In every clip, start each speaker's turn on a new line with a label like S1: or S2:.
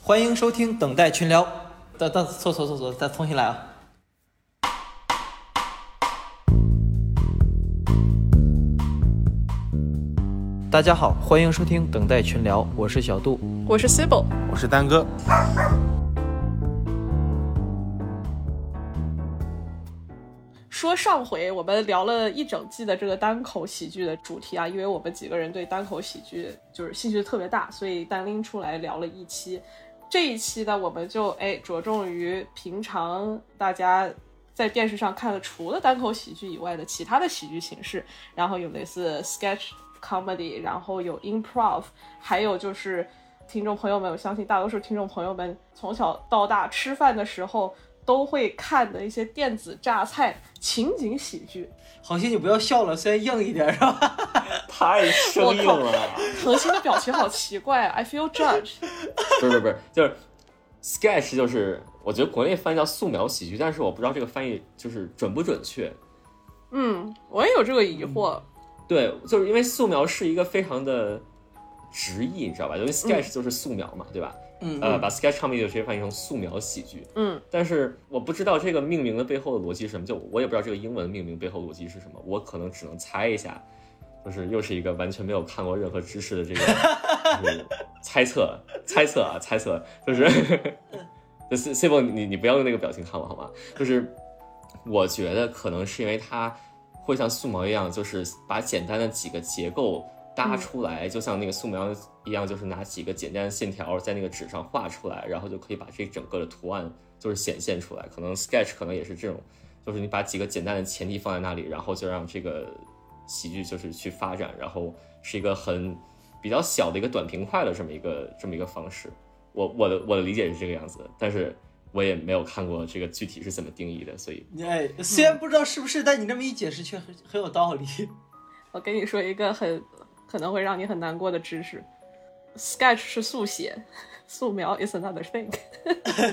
S1: 欢迎收听等待群聊。等等，错错错错，再重新来啊！大家好，欢迎收听等待群聊，我是小杜。
S2: 我是 Sibyl，
S3: 我是丹哥，
S2: 说上回我们聊了一整季的这个单口喜剧的主题啊，因为我们几个人对单口喜剧就是兴趣特别大，所以单拎出来聊了一期。这一期呢，我们就哎着重于平常大家在电视上看的，除了单口喜剧以外的其他的喜剧形式，然后有类似 sketch comedy，然后有 improv，还有就是听众朋友们，我相信大多数听众朋友们从小到大吃饭的时候都会看的一些电子榨菜情景喜剧。
S1: 好心你不要笑了，虽然硬一点是吧？
S3: 太生硬了。
S2: 恒星的表情好奇怪啊，I feel judged。
S4: 不是不是不是，就是 sketch，就是我觉得国内翻译叫素描喜剧，但是我不知道这个翻译就是准不准确。
S2: 嗯，我也有这个疑惑。
S4: 嗯对，就是因为素描是一个非常的直译，你知道吧？因为 sketch 就是素描嘛，对吧？
S1: 嗯
S4: 呃，把 sketch comedy 就直接翻译成素描喜剧。
S2: 嗯，
S4: 但是我不知道这个命名的背后的逻辑是什么，就我也不知道这个英文命名背后的逻辑是什么，我可能只能猜一下，就是又是一个完全没有看过任何知识的这个就是 猜测，猜测啊，猜测，就是，就是 Sibo，你你不要用那个表情看我好吗？就是我觉得可能是因为它会像素描一样，就是把简单的几个结构搭出来，就像那个素描一样，就是拿几个简单的线条在那个纸上画出来，然后就可以把这整个的图案就是显现出来。可能 Sketch 可能也是这种，就是你把几个简单的前提放在那里，然后就让这个喜剧就是去发展，然后是一个很比较小的一个短平快的这么一个这么一个方式。我我的我的理解是这个样子的，但是我也没有看过这个具体是怎么定义的，所以
S1: 你哎，虽然不知道是不是，但你这么一解释却很很有道理。
S2: 我跟你说一个很可能会让你很难过的知识，sketch 是速写，素描 is another thing。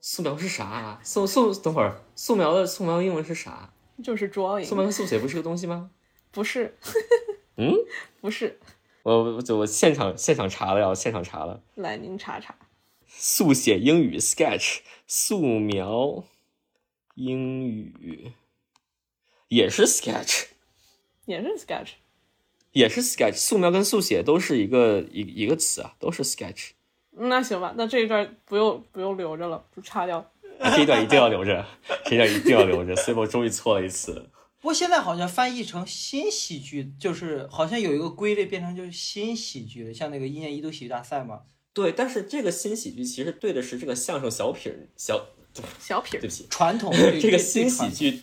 S4: 素描是啥、啊？素素等会儿，素描的素描英文是啥？
S2: 就是 drawing，
S4: 素描和速写不是个东西吗？
S2: 不是，
S4: 嗯，
S2: 不是，
S4: 我我就我现场现场查了呀，我现场查了，
S2: 来您查查，
S4: 速写英语 sketch，素描英语也是 sketch，
S2: 也是 sketch。
S4: 也是 sketch，素描跟速写都是一个一一个词啊，都是 sketch，
S2: 那行吧，那这一段不用不用留着了，就擦掉。
S4: 啊这一段一定要留着，这一段一定要留着 s i b o 终于错了一次。
S1: 不过现在好像翻译成新喜剧，就是好像有一个归类变成就是新喜剧了，像那个一年一度喜剧大赛嘛。
S4: 对，但是这个新喜剧其实对的是这个相声小品儿小，
S2: 小品
S4: 对不
S2: 儿，
S4: 起，
S1: 传统
S4: 这
S1: 对
S4: 个
S1: 嗯
S4: 新喜，剧，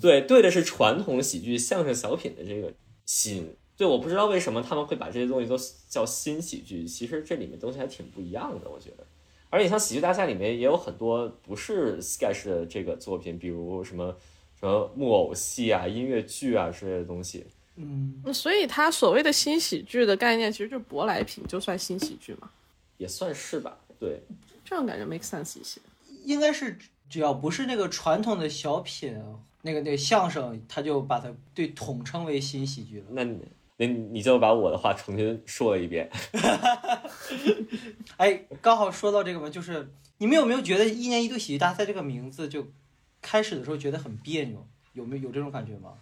S4: 对对的是传统喜剧相声小品的这个新。对，我不知道为什么他们会把这些东西都叫新喜剧，其实这里面东西还挺不一样的，我觉得。而且像喜剧大赛里面也有很多不是 sketch 的这个作品，比如什么什么木偶戏啊、音乐剧啊之类的东西。
S1: 嗯，
S2: 所以它所谓的新喜剧的概念，其实就是舶来品，就算新喜剧嘛，
S4: 也算是吧，对，
S2: 这样感觉 make sense 一些。
S1: 应该是只要不是那个传统的小品，那个那个相声，他就把它对统称为新喜剧了。
S4: 那你那你就把我的话重新说了一遍。
S1: 哎，刚好说到这个嘛，就是你们有没有觉得一年一度喜剧大赛这个名字就开始的时候觉得很别扭？有没有有这种感觉吗？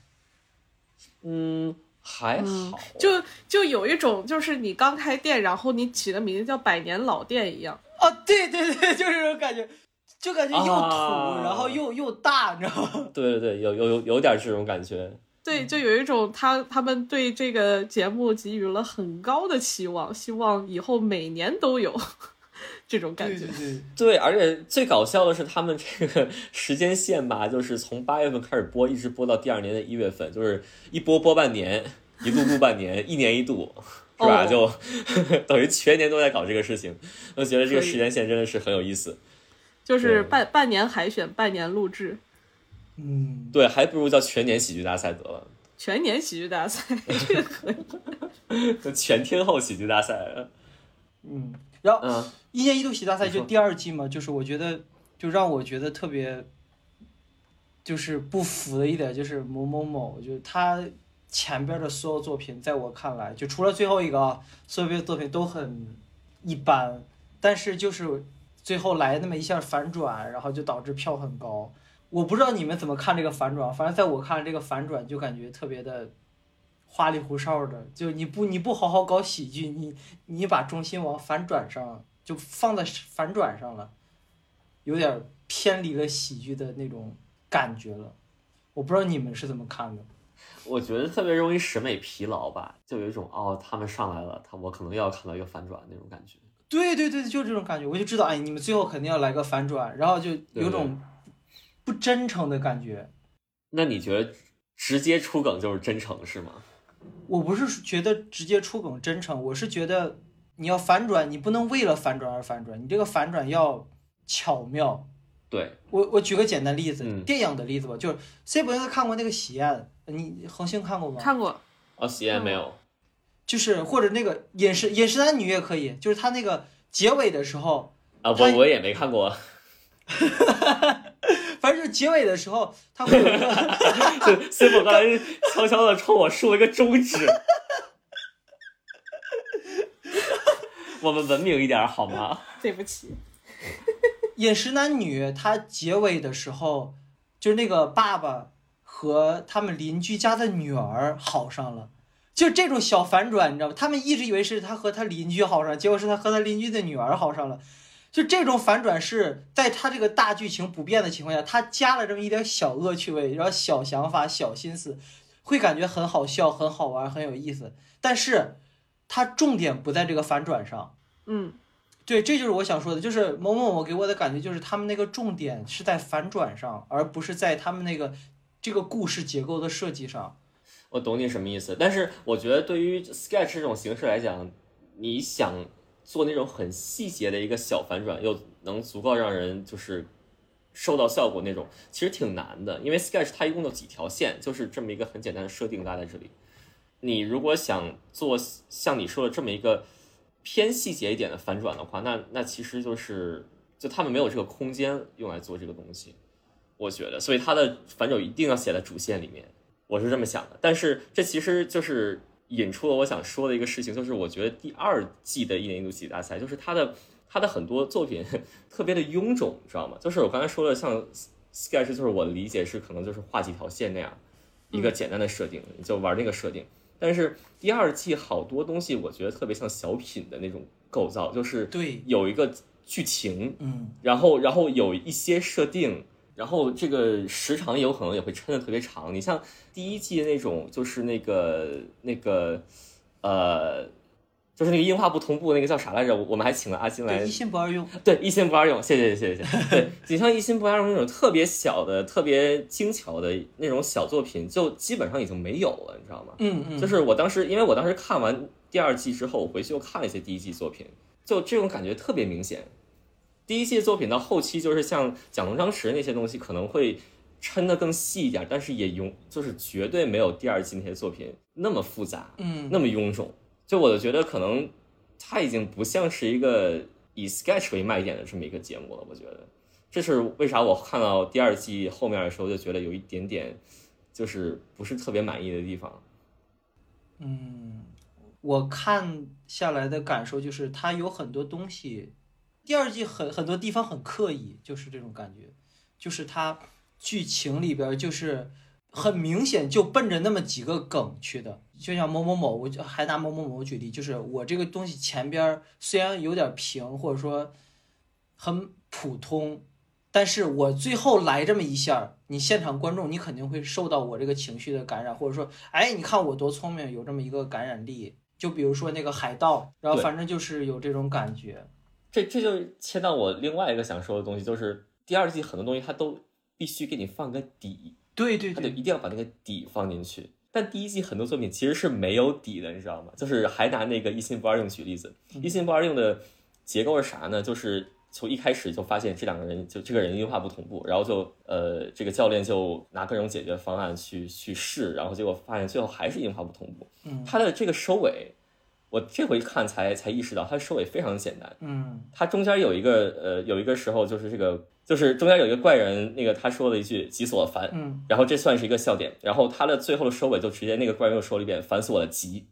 S4: 嗯，还好，啊
S2: 就就有一种就是你刚开店，然后你起的名字叫百年老店一样。
S1: 啊，对对对，就是这种感觉，就感觉又土，
S4: 啊
S1: 然后又又大，你知道吗？
S4: 对对对，有有有有点这种感觉。
S2: 对，
S4: 嗯
S2: 就有一种他他们对这个节目给予了很高的期望，希望以后每年都有 这种感
S1: 对
S2: 觉
S1: 对。 对，
S4: 对，而且最搞笑的是他们这个 时间线吧，就是从八月份开始播，一直播到第二年的一月份，就是一播播半年，一录录半年，一年一度，是吧？
S2: 哦
S4: 就 等于全年都在搞这个事情，我觉得这个
S2: 可以
S4: 时间线真的是很有意思。
S2: 就是
S4: 对
S2: 半半年海选，半年录制，
S1: 嗯，
S4: 对，还不如叫全年喜剧大赛得了，
S2: 全年喜剧大赛，这个可以。
S4: 就全天候喜剧大赛。
S1: 嗯，然后
S4: 嗯，
S1: 一年一度喜剧大赛
S4: 你
S1: 就
S4: 说
S1: 第二季嘛，就是我觉得就让我觉得特别就是不服的一点就是某某某，就是他前边的所有作品，在我看来，就除了最后一个啊，所有的作品都很一般，但是就是最后来那么一下反转，然后就导致票很高。我不知道你们怎么看这个反转，反正在我看来这个反转就感觉特别的花里胡哨的，就你不你不好好搞喜剧，你你把重心往反转上就放在反转上了，有点偏离了喜剧的那种感觉了。我不知道你们是怎么看的。
S4: 我觉得特别容易审美疲劳吧，就有一种哦，他们上来了，他我可能又要看到一个反转那种感觉。
S1: 对对对，就这种感觉，我就知道，哎，你们最后肯定要来个反转，然后就有种不真诚的感觉。
S4: 那你觉得直接出梗就是真诚是吗？
S1: 我不是觉得直接出梗真诚，我是觉得你要反转，你不能为了反转而反转，你这个反转要巧妙。
S4: 对
S1: 我，我举个简单例子，
S4: 嗯
S1: 电影的例子吧，就是 C 朋友看过那个《喜宴》，你恒星看过吗？
S2: 看过，
S4: 哦，喜宴没有，
S1: 就是或者那个《饮食饮食男女》也可以，就是他那个结尾的时候，
S4: 啊，
S1: 他
S4: 我我也没看过，
S1: 反正就是结尾的时候，他会有一个。
S4: 就 C 我刚才悄悄的冲我竖了一个中指。 我们文明一点好吗？
S2: 对不起，
S1: 饮食男女，它结尾的时候，就是那个爸爸和他们邻居家的女儿好上了，就这种小反转，你知道吗？他们一直以为是他和他邻居好上，结果是他和他邻居的女儿好上了。就这种反转是在他这个大剧情不变的情况下，他加了这么一点小恶趣味，然后小想法、小心思，会感觉很好笑、很好玩、很有意思。但是，它重点不在这个反转上。
S2: 嗯，
S1: 对，这就是我想说的，就是某某某给我的感觉就是他们那个重点是在反转上，而不是在他们那个这个故事结构的设计上。
S4: 我懂你什么意思，但是我觉得对于 sketch 这种形式来讲，你想做那种很细节的一个小反转，又能足够让人就是受到效果那种，其实挺难的。因为 sketch 它一共就几条线，就是这么一个很简单的设定拉在这里。你如果想做像你说的这么一个偏细节一点的反转的话，那那其实就是就他们没有这个空间用来做这个东西，我觉得，所以它的反转一定要写在主线里面。我是这么想的。但是这其实就是引出了我想说的一个事情，就是我觉得第二季的一年一度喜剧大赛，就是它的它的很多作品 特别的臃肿，你知道吗？就是我刚才说的，像 sketch，就是我的理解是可能就是画几条线那样一个简单的设定，你就玩那个设定。但是第二季好多东西，我觉得特别像小品的那种构造，就是
S1: 对，
S4: 有一个剧情，
S1: 嗯，
S4: 然后然后有一些设定，然后这个时长有可能也会抻的特别长。你像第一季那种，就是那个那个呃，就是那个音画不同步那个叫啥来着？我我们还请了阿金来
S1: 对，一心不二用。
S4: 对，一心不二用，谢谢谢谢谢 谢。对，你像一心不二用那种特别小的、特别精巧的那种小作品，就基本上已经没有了，你知道吗？
S1: 嗯嗯，
S4: 就是我当时，因为我当时看完第二季之后，我回去又看了一些第一季作品，就这种感觉特别明显。第一季作品到后期，就是像蒋龙章池那些东西，可能会抻得更细一点，但是也永就是绝对没有第二季那些作品那么复杂，
S1: 嗯
S4: 那么臃肿。就我就觉得可能它已经不像是一个以 sketch 为卖点的这么一个节目了。我觉得这是为啥我看到第二季后面的时候就觉得有一点点就是不是特别满意的地方。
S1: 嗯，我看下来的感受就是，它有很多东西，第二季很很多地方很刻意，就是这种感觉，就是它剧情里边儿就是很明显就奔着那么几个梗去的，就像某某某，我就还拿某某某举例，就是我这个东西前边儿虽然有点平，或者说很普通。但是我最后来这么一下儿，你现场观众你肯定会受到我这个情绪的感染，或者说哎，你看我多聪明，有这么一个感染力。就比如说那个海盗，然后
S4: 对
S1: 反正就是有这种感觉。
S4: 这这就切到我另外一个想说的东西，就是第二季很多东西它都必须给你放个底，
S1: 对对
S4: 它就
S1: 对，
S4: 一定要把那个底放进去。但第一季很多作品其实是没有底的，你知道吗？就是还拿那个一心不二用举例子，一心不二用的结构是啥呢？就是从一开始就发现这两个人就这个人音画不同步，然后就呃这个教练就拿各种解决方案去去试，然后结果发现最后还是音画不同步。
S1: 嗯
S4: 它的这个收尾，我这回看才才意识到，它的收尾非常简单。
S1: 嗯
S4: 它中间有一个呃有一个时候就是这个就是中间有一个怪人，那个他说了一句“急死我了烦”，
S1: 嗯，
S4: 然后这算是一个笑点，然后他的最后的收尾就直接那个怪人又说了一遍“烦死我了急”，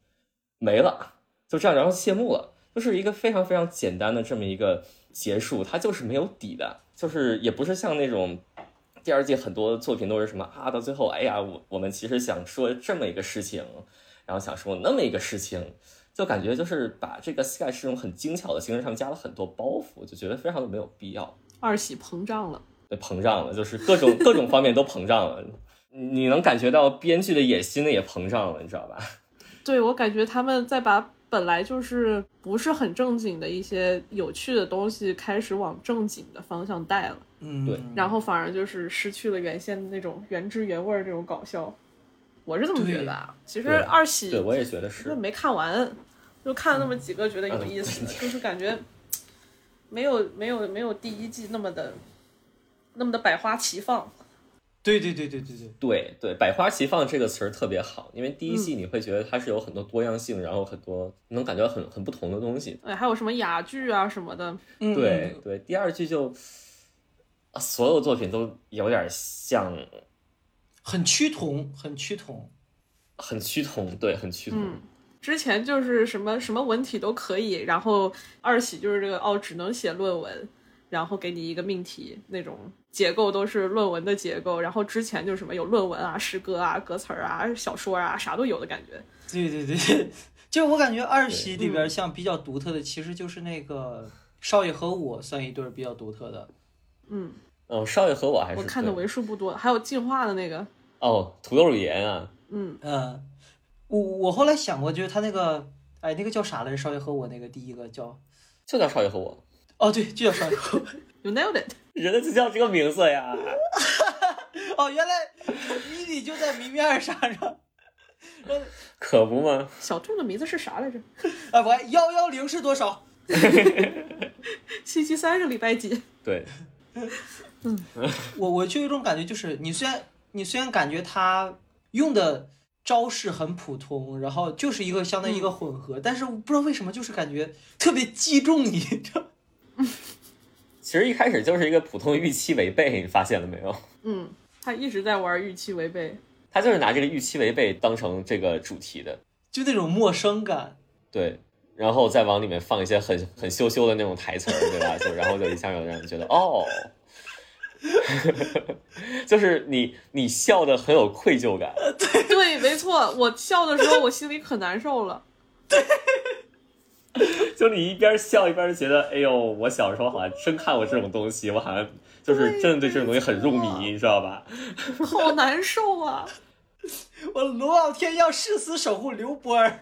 S4: 没了，就这样，然后谢幕了。就是一个非常非常简单的这么一个结束，它就是没有底的，就是也不是像那种第二季很多作品都是什么啊，到最后哎呀，我我们其实想说这么一个事情，然后想说那么一个事情，就感觉就是把这个 Sky 是种很精巧的形式上加了很多包袱，就觉得非常的没有必要，
S2: 二喜膨胀了。
S4: 对膨胀了，就是各种各种方面都膨胀了，你能感觉到编剧的野心呢也膨胀了，你知道吧？
S2: 对我感觉他们在把本来就是不是很正经的一些有趣的东西，开始往正经的方向带了，
S1: 嗯，
S4: 对
S2: 然后反而就是失去了原先的那种原汁原味儿这种搞笑。我是这么觉得啊。其实
S4: 对
S2: 二喜
S4: 对，我也嗯觉得。
S2: 就是没看完，就看了那么几个，觉得有意
S4: 嗯
S2: 思，就是感觉没有没有没有第一季那么的那么的百花齐放。
S1: 对对对对对对，
S4: 对对，百花齐放这个词儿特别好，因为第一季你会觉得它是有很多多样性，然后很多能感觉到很很不同的东西。
S2: 哎，还有什么哑剧啊什么的，
S1: 嗯，
S4: 对对，第二季就啊所有作品都有点像，
S1: 很趋同，很趋同，
S4: 很趋同，对，很趋同。
S2: 嗯。之前就是什么什么文体都可以，然后二喜就是这个哦，只能写论文，然后给你一个命题，那种结构都是论文的结构。然后之前就是什么有论文啊、诗歌啊、歌词儿啊、小说啊，啥都有的感觉。
S1: 对对对， 就我感觉二喜里边像比较独特的，其实就是那个少爷和我算一对儿比较独特的，
S2: 嗯，
S4: 嗯，少爷和我还是
S2: 我看的
S4: 对
S2: 为数不多，还有进化的那个，
S4: 哦，土豆语言啊，
S2: 嗯，
S1: 嗯，我我后来想过，就是他那个，哎，那个叫啥来着？少爷和我那个第一个叫，
S4: 就叫少爷和我，
S1: 哦对，就叫少爷和我。
S2: You nailed it。
S4: 人家就叫这个名字 呀。
S1: 哦，原来谜底就在谜面儿上上。
S4: 可不吗？
S2: 小兔的名字是啥来着？
S1: 哎，我幺幺零是多少？
S2: 星期三是礼拜几？
S4: 对，
S1: 我我就有一种感觉，就是你虽然你虽然感觉他用的招式很普通，然后就是一个相当于一个混合，但是我不知道为什么就是感觉特别击中你。
S4: 其实一开始就是一个普通预期违背，你发现了没有？
S2: 嗯，他一直在玩预期违背。
S4: 他就是拿这个预期违背当成这个主题的，
S1: 就那种陌生感，
S4: 对，然后再往里面放一些很很羞羞的那种台词儿，对吧？就然后就一下就让人觉得哦， 就是你你笑的很有愧疚感，
S2: 对，没错，我笑的时候我心里可难受了。
S4: 就你一边笑一边觉得，哎呦，我小时候好像真看过这种东西，我好像就是真的对这种东西很入迷，你知道吧？
S2: 好难受啊！
S1: 我罗傲天要誓死守护刘波儿。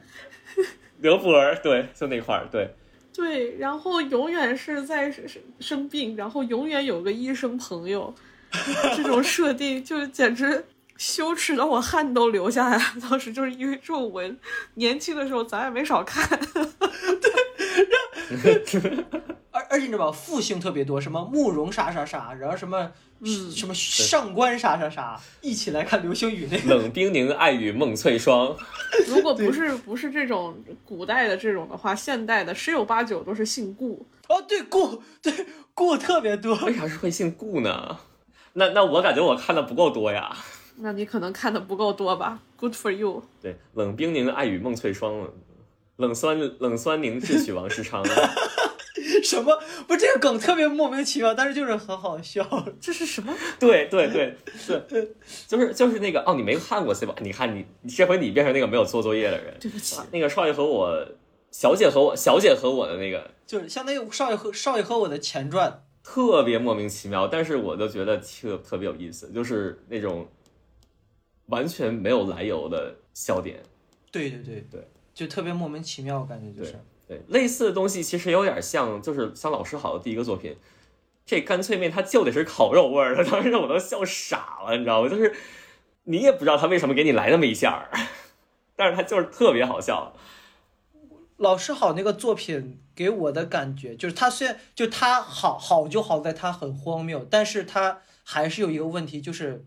S4: 刘伯儿，对，就那块儿，对。
S2: 对，然后永远是在生生病，然后永远有个医生朋友，这种设定就是简直羞耻的我汗都流下来了。当时就是因为皱纹，年轻的时候咱也没少看。
S1: 而而且你知道吧，复姓特别多，什么慕容啥啥啥，然后什么、什么上官啥啥啥，一起来看流星雨那个。
S4: 冷冰凝爱与梦翠霜，
S2: 如果不是不是这种古代的这种的话，现代的十有八九都是姓顾。
S1: 哦，对，顾对顾特别多，
S4: 为啥是会姓顾呢？ 那那我感觉我看的不够多呀。
S2: 那你可能看的不够多吧？Good for you。
S4: 对，冷冰凝爱与梦翠霜了，冷酸冷酸凝智取王世昌 啊，
S1: 什么不这个梗特别莫名其妙，但是就是很好笑。
S2: 这是什么？
S4: 对对对对，就是就是那个哦，你没看过是吧？你看你你这回你变成那个没有做作业的人，
S2: 对不起，
S4: 那个少爷和我，小姐和我，小姐和我的那个
S1: 就是相当于少爷和少爷和我的前传，
S4: 特别莫名其妙，但是我都觉得特特别有意思，就是那种完全没有来由的笑点。
S1: 对对对
S4: 对，
S1: 就特别莫名其妙，我感觉就是
S4: 对对，类似的东西其实有点像，就是像老师好的第一个作品，这干脆面它就得是烤肉味儿的，当时我都笑傻了，你知道吗？就是你也不知道他为什么给你来那么一下儿，但是他就是特别好笑。
S1: 老师好那个作品给我的感觉就是，他虽然就他好好就好在他很荒谬，但是他还是有一个问题，就是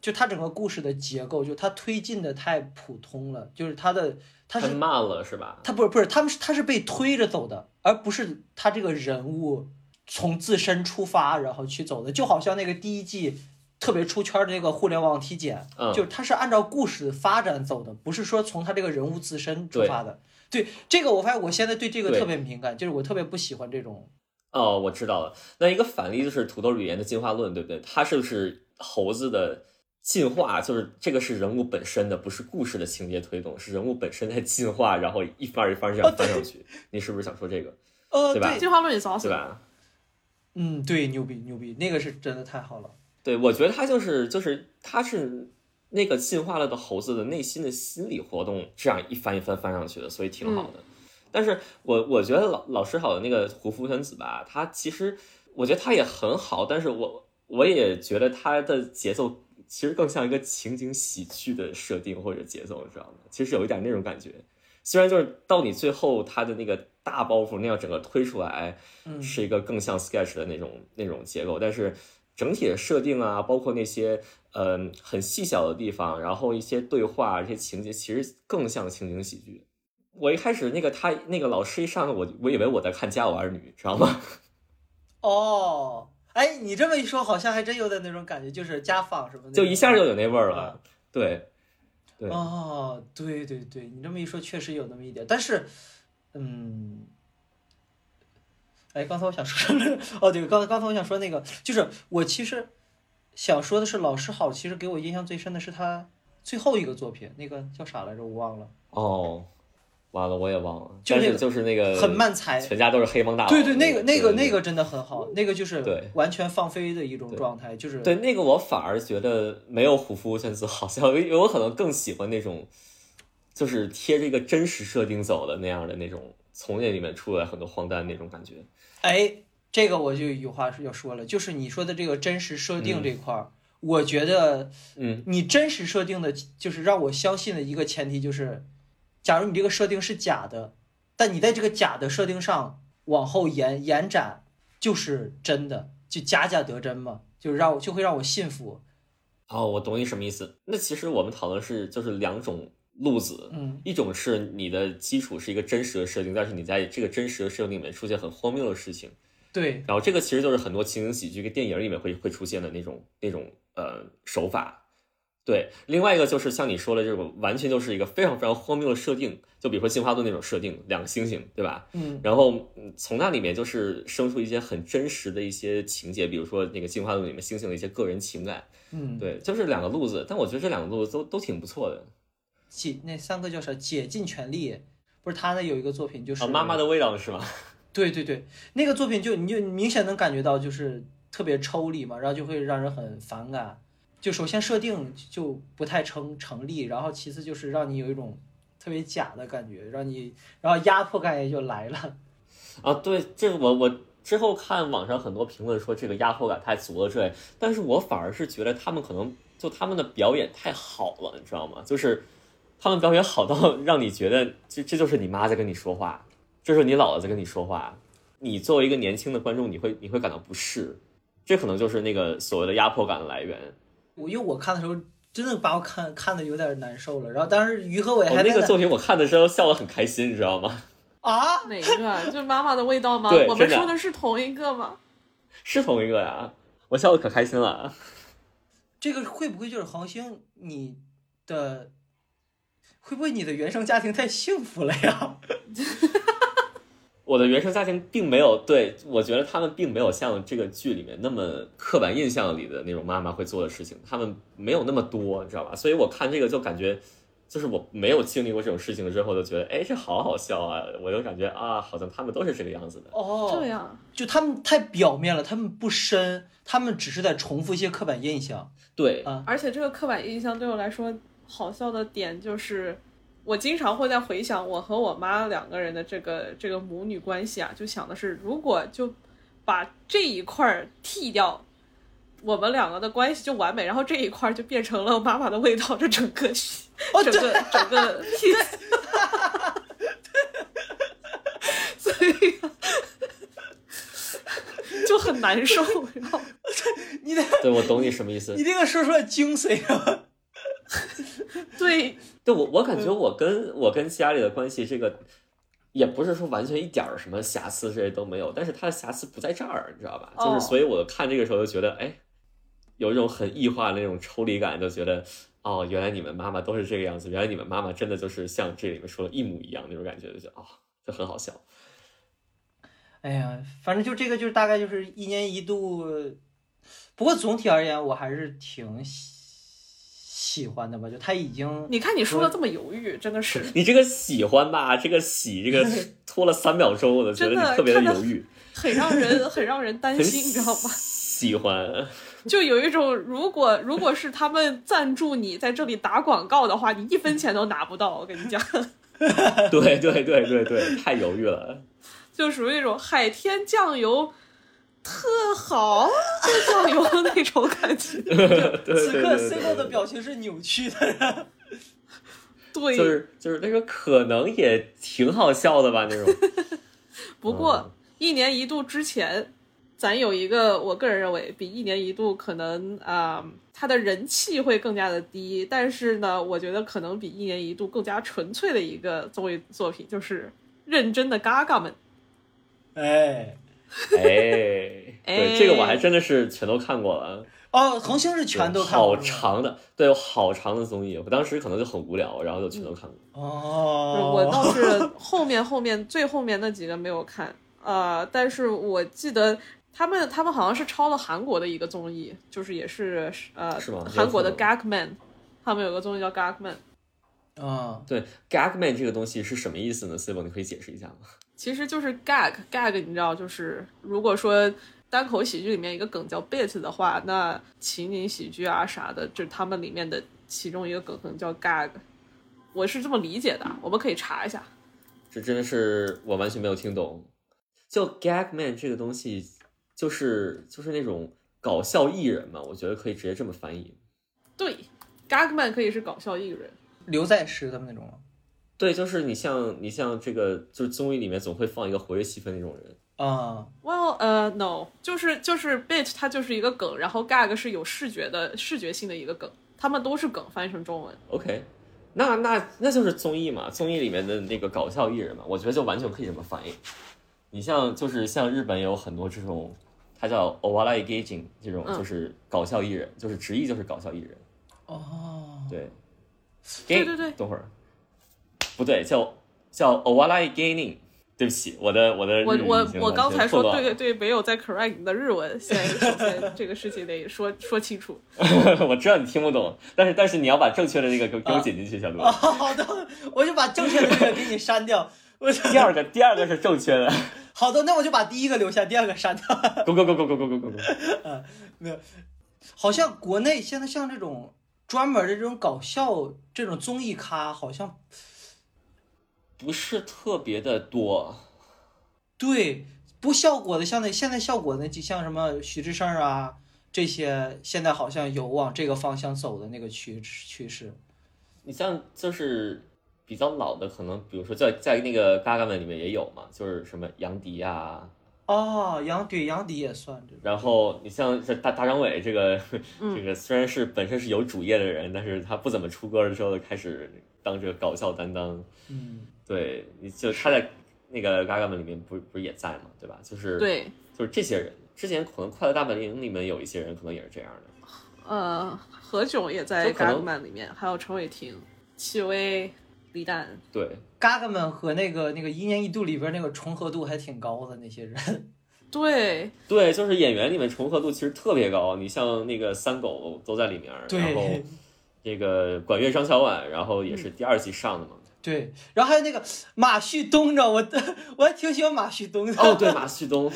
S1: 就他整个故事的结构，就他推进的太普通了，就是他的他
S4: 太
S1: 是
S4: 慢了是吧？
S1: 他不是不是他们是他是被推着走的，而不是他这个人物从自身出发然后去走的，就好像那个第一季。特别出圈的那个互联网体检，
S4: 嗯
S1: 就是他是按照故事发展走的，不是说从他这个人物自身出
S4: 对
S1: 发的。对这个，我发现我现在对这个
S4: 对
S1: 特别敏感，就是我特别不喜欢这种。
S4: 哦，我知道了。那一个反例就是土豆语言的进化论，对不对？它是不是猴子的进化？就是这个是人物本身的，不是故事的情节推动，是人物本身在进化，然后一番儿一番儿这样翻上去。你是不是想说这个？
S1: 呃，
S4: 对吧
S2: 进化论也是 awesome
S4: 对吧？
S1: 嗯，对，牛逼牛逼，那个是真的太好了。
S4: 对，我觉得它就是就是它是那个进化了的猴子的内心的心理活动，这样一翻一翻翻上去的，所以挺好的。但是我我觉得老老师好的那个胡福原子吧，他其实我觉得他也很好，但是我我也觉得他的节奏其实更像一个情景喜剧的设定或者节奏，你知道吗？其实有一点那种感觉。虽然就是到你最后他的那个大包袱那样整个推出来，
S1: 嗯，
S4: 是一个更像 sketch 的那种那种结构，但是整体的设定啊，包括那些嗯、很细小的地方，然后一些对话、这些情节，其实更像情景喜剧。我一开始那个他那个老师一上来，我我以为我在看《家有儿女》，知道吗？
S1: 嗯哦，哎，你这么一说，好像还真有点那种感觉，就是家访什么的，
S4: 就一下就有那味儿了。
S1: 嗯
S4: 对，对
S1: 哦，对对对，你这么一说，确实有那么一点，但是，嗯，哎，刚才我想说什么？哦，对，刚刚才我想说那个，就是我其实想说的是，老师好，其实给我印象最深的是他最后一个作品，那个叫啥来着？我忘了，
S4: 哦，完了我也忘了，
S1: 就
S4: 但
S1: 那
S4: 是
S1: 个
S4: 就是那个
S1: 很慢才。
S4: 全家都是黑呃帮大佬。
S1: 对对，那个那个那
S4: 个
S1: 个真的很好，那个就是
S4: 对
S1: 完全放飞的一种
S4: 对
S1: 状态，就是
S4: 对那个我反而觉得没有虎符圈子好笑，因为我可能更喜欢那种，就是贴着一个真实设定走的那样的那种，从那里面出来很多荒诞那种感觉。
S1: 哎，这个我就有话要说了，就是你说的这个真实设定
S4: 嗯
S1: 这块儿，我觉得
S4: 嗯，
S1: 你真实设定的，就是让我相信的一个前提就是，假如你这个设定是假的，但你在这个假的设定上往后延延展，就是真的，就假假得真嘛，就让我就会让我信服。
S4: 哦，我懂你什么意思。那其实我们讨论是就是两种路子，
S1: 嗯，
S4: 一种是你的基础是一个真实的设定，但是你在这个真实的设定里面出现很荒谬的事情，
S1: 对，
S4: 然后这个其实就是很多情景喜剧跟电影里面会会出现的那种那种呃手法。对，另外一个就是像你说的这种，完全就是一个非常非常荒谬的设定，就比如说进化论那种设定，两个星星，对吧？
S1: 嗯
S4: 然后嗯从那里面就是生出一些很真实的一些情节，比如说那个进化论里面星星的一些个人情感，
S1: 嗯，，
S4: 对，就是两个路子。但我觉得这两个路子都都挺不错的。
S1: 解那三个叫啥？竭尽全力，不是他那有一个作品就是、
S4: 啊，妈妈的味道是吗？
S1: 对对对，那个作品就你就明显能感觉到就是特别抽离嘛，然后就会让人很反感。就首先设定就不太成成立，然后其次就是让你有一种特别假的感觉，让你然后压迫感也就来了。
S4: 啊，对，这个我我之后看网上很多评论说这个压迫感太足了之类，但是我反而是觉得他们可能就他们的表演太好了，你知道吗？就是他们表演好到 让你觉得这这就是你妈在跟你说话，这是你姥姥在跟你说话，你作为一个年轻的观众，你会你会感到不适，这可能就是那个所谓的压迫感的来源。
S1: 我因为我看的时候真的把我看看的有点难受了，然后当时于和伟
S4: 我、
S1: 哎还在
S4: 哦那个
S1: 那
S4: 作品我看的时候笑得很开心，你知道吗？
S1: 啊，
S2: 哪个？就妈妈的味道吗？
S4: 对
S2: 我们
S4: 真的
S2: 说的是同一个吗？
S4: 是同一个呀，我笑得可开心了。啊
S1: 这个会不会就是恒星你的？会不会你的原生家庭太幸福了呀？
S4: 我的原生家庭并没有对我觉得他们并没有像这个剧里面那么刻板印象里的那种妈妈会做的事情，他们没有那么多，你知道吧？所以我看这个就感觉，就是我没有经历过这种事情之后，就觉得哎，这好好笑啊！我就感觉啊，好像他们都是这个样子的。
S1: 哦，
S2: 这
S4: 啊
S2: 样，
S1: 就他们太表面了，他们不深，他们只是在重复一些刻板印 象。
S4: 对
S1: 啊
S2: 而且这个刻板印象对我来说好笑的点就是，我经常会在回想我和我妈两个人的这个这个母女关系啊，就想的是，如果就把这一块儿剃掉，我们两个的关系就完美，然后这一块儿就变成了妈妈的味道，这整个戏
S1: 哦，
S2: 整
S1: 对，
S2: 个 整个 piece。所以啊就很难受，然后
S1: 你的
S4: 对，我懂你什么意思
S1: 你。这个说出来精髓啊！
S2: 对
S4: 对我，我感觉
S2: 嗯
S4: 我跟我跟家里的关系，这个也不是说完全一点儿什么瑕疵这些都没有，但是它的瑕疵不在这儿，你知道吧？
S2: 哦
S4: 就是所以我看这个时候就觉得，哎，有一种很异化的那种抽离感，就觉得啊、哦，原来你们妈妈都是这个样子，原来你们妈妈真的就是像这里面说的一模一样那种感觉，就觉得啊、这很好笑。
S1: 哎呀，反正就这个，就是大概就是一年一度。不过总体而言，我还是挺喜喜欢的吧。就他已经，
S2: 你看你说的这么犹豫，真的是
S4: 你这个喜欢吧，这个喜，这个 拖了三秒钟，我都觉得
S2: 真的
S4: 你特别的
S2: 看到
S4: 犹豫，
S2: 很让人 很让人担
S4: 很
S2: 心，你知道吗？
S4: 喜欢，
S2: 就有一种，如果如果是他们赞助你在这里打广告的话，你一分钱都拿不到。我跟你讲，
S4: 对对对对对，太犹豫了。
S2: 就属于那种海天酱油特好 的酱油那种感觉。
S4: 对对
S1: 此
S4: 对
S1: 刻
S4: 对
S1: C
S4: 对
S1: 罗的表情是扭曲的。
S2: 对，
S4: 就是就是那个可能也挺好笑的吧那种。
S2: 不过、
S4: 嗯
S2: 一年一度之前，咱有一个，我个人认为比一年一度可能啊、它的人气会更加的低，但是呢，我觉得可能比一年一度更加纯粹的一个综艺作品就是认真的嘎嘎们。
S1: 哎，
S4: 哎，
S2: 哎
S4: 对，这个我还真的是全都看过了，啊
S1: 哦，恒星是全都看过
S4: 好
S1: 了吗
S4: 长的，对，有好长的综艺，我当时可能就很无聊，然后就全都看过。
S1: 哦，
S2: 我倒是后面后面最后面那几个没有看，呃，但是我记得他们他们好像是抄了韩国的一个综艺，就是也是呃
S4: 是吗
S2: 韩国的
S4: 有
S2: Gag Man，他们有个综艺叫 Gag Man。
S1: 嗯，
S4: 对，Gagman 这个东西是什么意思呢 c i b o 你可以解释一下吗？
S2: 其实就是 gag gag，你知道，就是如果说单口喜剧里面一个梗叫 bit 的话，那情景喜剧啊啥的，就是他们里面的其中一个梗可能叫 gag，我是这么理解的，啊我们可以查一下。
S4: 这真的是我完全没有听懂。就 Gagman 这个东西，就是就是那种搞笑艺人嘛，我觉得可以直接这么翻译。
S2: 对，gagman 可以是搞笑艺人，
S1: 刘在石他们那种吗？
S4: 对，就是你像你像这个，就是综艺里面总会放一个活跃气氛那种人。
S1: 啊、
S2: Well，呃、n o 就是就是 bit，它就是一个梗，然后 gag 是有视觉的视觉性的一个梗，他们都是梗翻译成中文。
S4: OK，那那那就是综艺嘛，综艺里面的那个搞笑艺人嘛，我觉得就完全可以这么翻译。你像就是像日本有很多这种，他叫 o w a l a i g a g i n 这种
S2: 嗯
S4: 就是搞笑艺人，就是直译就是搞笑艺人。
S1: 哦，
S4: 对，
S2: 对
S4: Gain-
S2: 对对
S4: 等会儿，不对，叫叫 o w a l a i Gaining。对不起，我的我的日语
S2: 我
S4: 已
S2: 我
S4: 经
S2: 我
S4: 完
S2: 刚
S4: 全
S2: 才
S4: 错
S2: 说
S4: 乱
S2: 对对，没有在 correct 你的日文，现在首先这个事情得说说清楚。
S4: 了，我知道你听不懂，但是但是你要把正确的那个给
S2: 啊
S4: 给我剪进去，小鹿。
S1: 哦，好的，我就把正确的这个给你删掉。 我
S4: 第二个第二个是正确 的，
S1: 好的，那我就把第一个留下，第二个删掉。
S4: go go go go go go go go go。
S1: 好像国内现在像这种专门的这种搞笑这种综艺咖，好像
S4: 不是特别的多，
S1: 对不效果的，像那现在效果那几像什么徐志胜啊这些，现在好像有往这个方向走的那个趋趋势。
S4: 你像就是比较老的，可能比如说在在那个《嘎嘎们》里面也有嘛，就是什么杨迪呀、
S1: 哦，杨对杨迪也算这种。
S4: 然后你像这大大张伟这个
S2: 嗯
S4: 这个虽然是本身是有主业的人，但是他不怎么出歌的时候就开始当这个搞笑担当，
S1: 嗯，
S4: 对，你就他在那个《嘎嘎们》里面不是不是也在嘛，对吧？就是，
S2: 对，
S4: 就是这些人。之前可能《快乐大本营》里面有一些人可能也是这样的，
S2: 呃，何炅也在
S4: 就可能
S2: Gagman 里面，还有陈伟霆、戚薇、李诞。
S4: 对，
S1: 嘎嘎们和那个那个一年一度里边那个重合度还挺高的那些人。
S2: 对，
S4: 对，就是演员里面重合度其实特别高，你像那个三狗都在里面，然后
S1: 对
S4: 这个管乐张小婉，然后也是第二季上的嘛。
S1: 对，然后还有那个马旭东，你知道我 我还挺喜欢马旭东的。
S2: 嗯
S4: 哦，对，马旭东。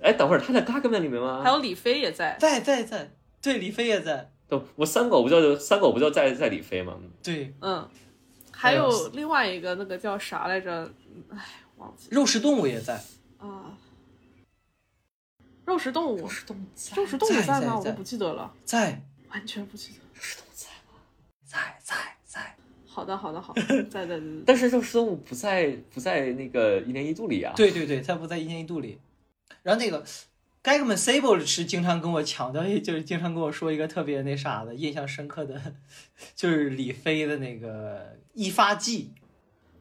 S4: 哎，等会儿他在《嘎嘎们》里面吗？
S2: 还有李飞也在。
S1: 在在在，对，李飞也在，
S4: 对，我三狗不就三狗不就在在李飞吗？
S1: 对，
S2: 嗯，还
S1: 还
S2: 有
S1: 有
S2: 另外一个那个叫啥来着？嗯哎，忘记
S1: 肉食动物也在，
S2: 了啊。肉食动物，
S1: 食动物在
S2: 肉食动物
S1: 在
S2: 吗？我都
S1: 在
S2: 不记得了，
S1: 在
S2: 完全不记得。
S1: 在在在，
S2: 好的，好的，好的，
S4: 嗯
S2: 在在在。在
S4: 但是肉食动物不在不在那个一年一度里啊。，
S1: 对对对，他不在一年一度里。然后那个 Gagman Sable 是经常跟我强调，就是经常跟我说一个特别那啥的、印象深刻的， 就是李飞的那个一发剂，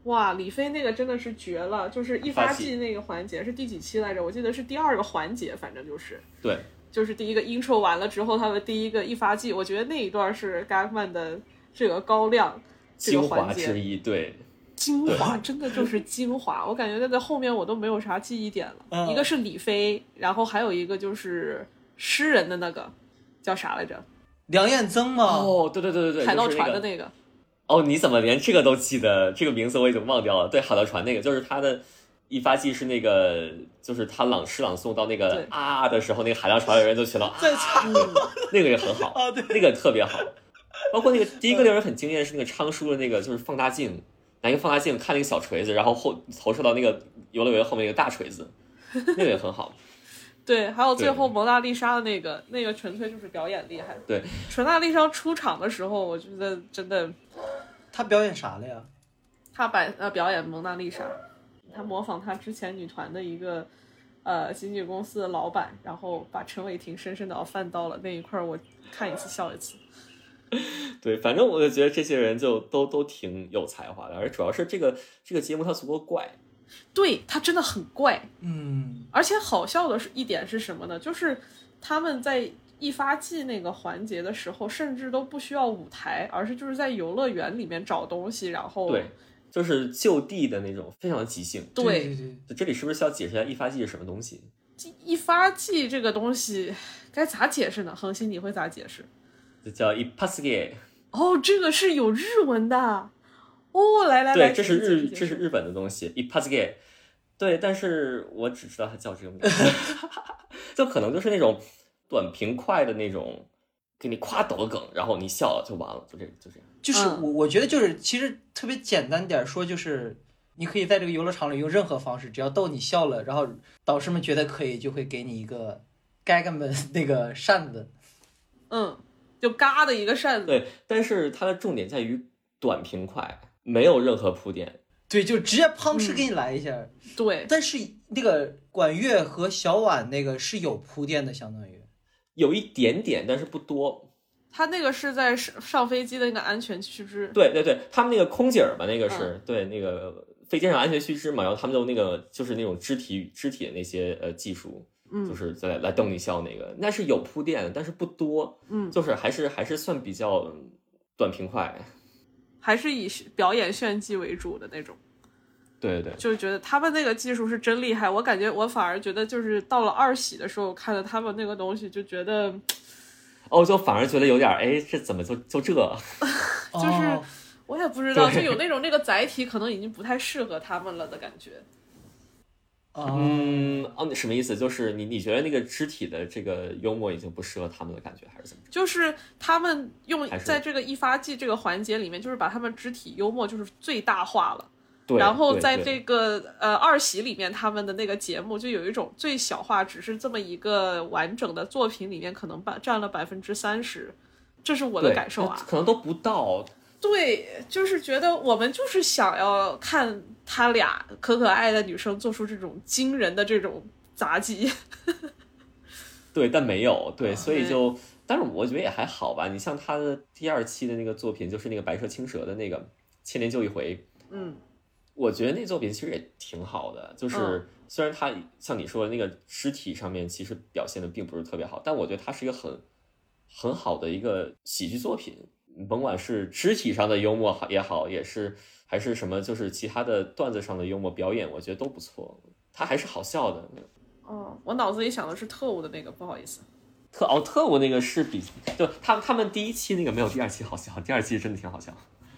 S2: 哇，李飞那个真的是绝了，就是一
S4: 发
S2: 发
S4: 起
S2: 剂那个环节是第几期来着？我记得是第二个环节，反正就是
S4: 对
S2: 就是第一个 intro 完了之后，他们第一个一发技，我觉得那一段是 g a f m a n 的这个高亮这
S4: 精
S2: 个环
S4: 华
S2: 节
S4: 之一，对，
S2: 精华，真的就是精华。我感觉在在后面我都没有啥记忆点了。
S1: 嗯
S2: 一个是李飞，然后还有一个就是诗人的那个叫啥来着？
S1: 梁彦增嘛，
S4: 哦，对对对对对，
S2: 海盗
S4: 就是
S2: 船的
S4: 个。
S2: 那个。
S4: 哦，你怎么连这个都记得？这个名字我已经忘掉了。对，海盗船那个，就是他的一发技是那个，就是他朗诗朗诵到
S2: 对
S4: 那个啊啊的时候，那个海盗船的人就全都啊，
S1: 在
S2: 嗯
S1: 唱
S4: 那个也很好，
S1: 啊，对，
S4: 那个特别好。包括那个第一个令人很惊艳是那个昌叔的那个，就是放大镜，拿一个放大镜看那个小锤子，然后后投射到那个游乐园后面那个大锤子，那个也很好。
S2: 对，还有最
S4: 对
S2: 后蒙娜丽莎的那个，那个纯粹就是表演厉害。
S4: 对，
S2: 纯娜丽莎出场的时候，我觉得真的，
S1: 他表演啥了呀？
S2: 她把呃表演蒙娜丽莎，她模仿她之前女团的一个呃经纪公司的老板，然后把陈伟霆深深的翻到了那一块儿，我看一次笑一次。
S4: 对，反正我就觉得这些人就都都挺有才华的，而主要是这个这个节目它足够怪，
S2: 对她真的很怪，
S1: 嗯，
S2: 而且好笑的是一点是什么呢？就是他们在一发技那个环节的时候，甚至都不需要舞台，而是就是在游乐园里面找东西，然后
S4: 对，就是就地的那种，非常即兴。
S2: 对
S1: 对对，
S4: 这里是不是需要解释一下易发剂是什么东西？
S2: 一发技这个东西该咋解释呢？恒星你会咋解释？
S4: 这叫 i p a s g e
S2: 哦，这个是有日文的。哦，来来来，
S4: 对，这是
S2: 解释
S4: 日
S2: 解
S4: 这
S2: 释
S4: 是日本的东西 i p a s g e 对，但是我只知道它叫这个名字， 就可能就是那种短平快的那种，给你夸抖个梗，然后你笑了就完了，就这就这样。
S1: 就是
S2: 嗯
S1: 我我觉得就是其实特别简单点儿说就是。你可以在这个游乐场里用任何方式，只要逗你笑了，然后导师们觉得可以，就会给你一个 gag 们那个扇子。
S2: 嗯，就嘎的一个扇子。
S4: 对，但是它的重点在于短平快，没有任何铺垫。
S1: 对，就直接砰哧
S2: 嗯
S1: 给你来一下。
S2: 对
S1: 但是那个管乐和小婉那个是有铺垫的，相当于
S4: 有一点点，但是不多。
S2: 他那个是在上上飞机的那个安全须知。
S4: 对对对，他们那个空姐儿嘛，那个
S2: 嗯
S4: 是、对那个飞机上安全须知嘛，然后他们就那个就是那种肢体肢体的那些呃技术，就
S2: 嗯
S4: 是在来逗你笑那个，那是有铺垫的，但是不多，
S2: 嗯，
S4: 就是还是还是算比较嗯短平快。
S2: 还是以表演炫技为主的那种。
S4: 对对对，
S2: 就是觉得他们那个技术是真厉害，我感觉我反而觉得就是到了二喜的时候，看了他们那个东西，就觉得
S4: 哦，就反而觉得有点儿，哎，这怎么就就这？
S1: 就是哦、
S2: 我也不知道，就
S4: 对
S2: 有那种那个载体可能已经不太适合他们了的感觉。
S1: 啊
S4: 嗯，哦，你什么意思？就是你你觉得那个肢体的这个幽默已经不适合他们的感觉，还是怎么着？
S2: 就是他们用
S4: 还是
S2: 在这个一发技这个环节里面，就是把他们肢体幽默就是最大化了。
S4: 对，
S2: 然后
S4: 对
S2: 在
S4: 对
S2: 这个呃二喜里面，他们的那个节目就有一种最小化，只是这么一个完整的作品里面，可能占占了百分之三十，这是我的
S4: 对
S2: 感受啊。
S4: 可能都不到，
S2: 对，就是觉得我们就是想要看他俩可可爱的女生做出这种惊人的这种杂技。
S4: 对，但没有，对，所以
S2: 哦对
S4: 就，但是我觉得也还好吧。你像他的第二期的那个作品，就是那个白蛇青蛇的那个《千年就一回》，
S2: 嗯，
S4: 我觉得那作品其实也挺好的，就是
S2: 嗯
S4: 虽然他像你说的那个肢体上面其实表现的并不是特别好，但我觉得它是一个很很好的一个喜剧作品，甭管是肢体上的幽默好也好，也是还是什么，就是其他的段子上的幽默表演，我觉得都不错，它还是好笑的。嗯
S2: 哦，我脑子里想的是特务的那个，不好意思。
S4: 特哦，特务那个是比就他们他们第一期那个没有第二期好笑，第二期真的挺好笑。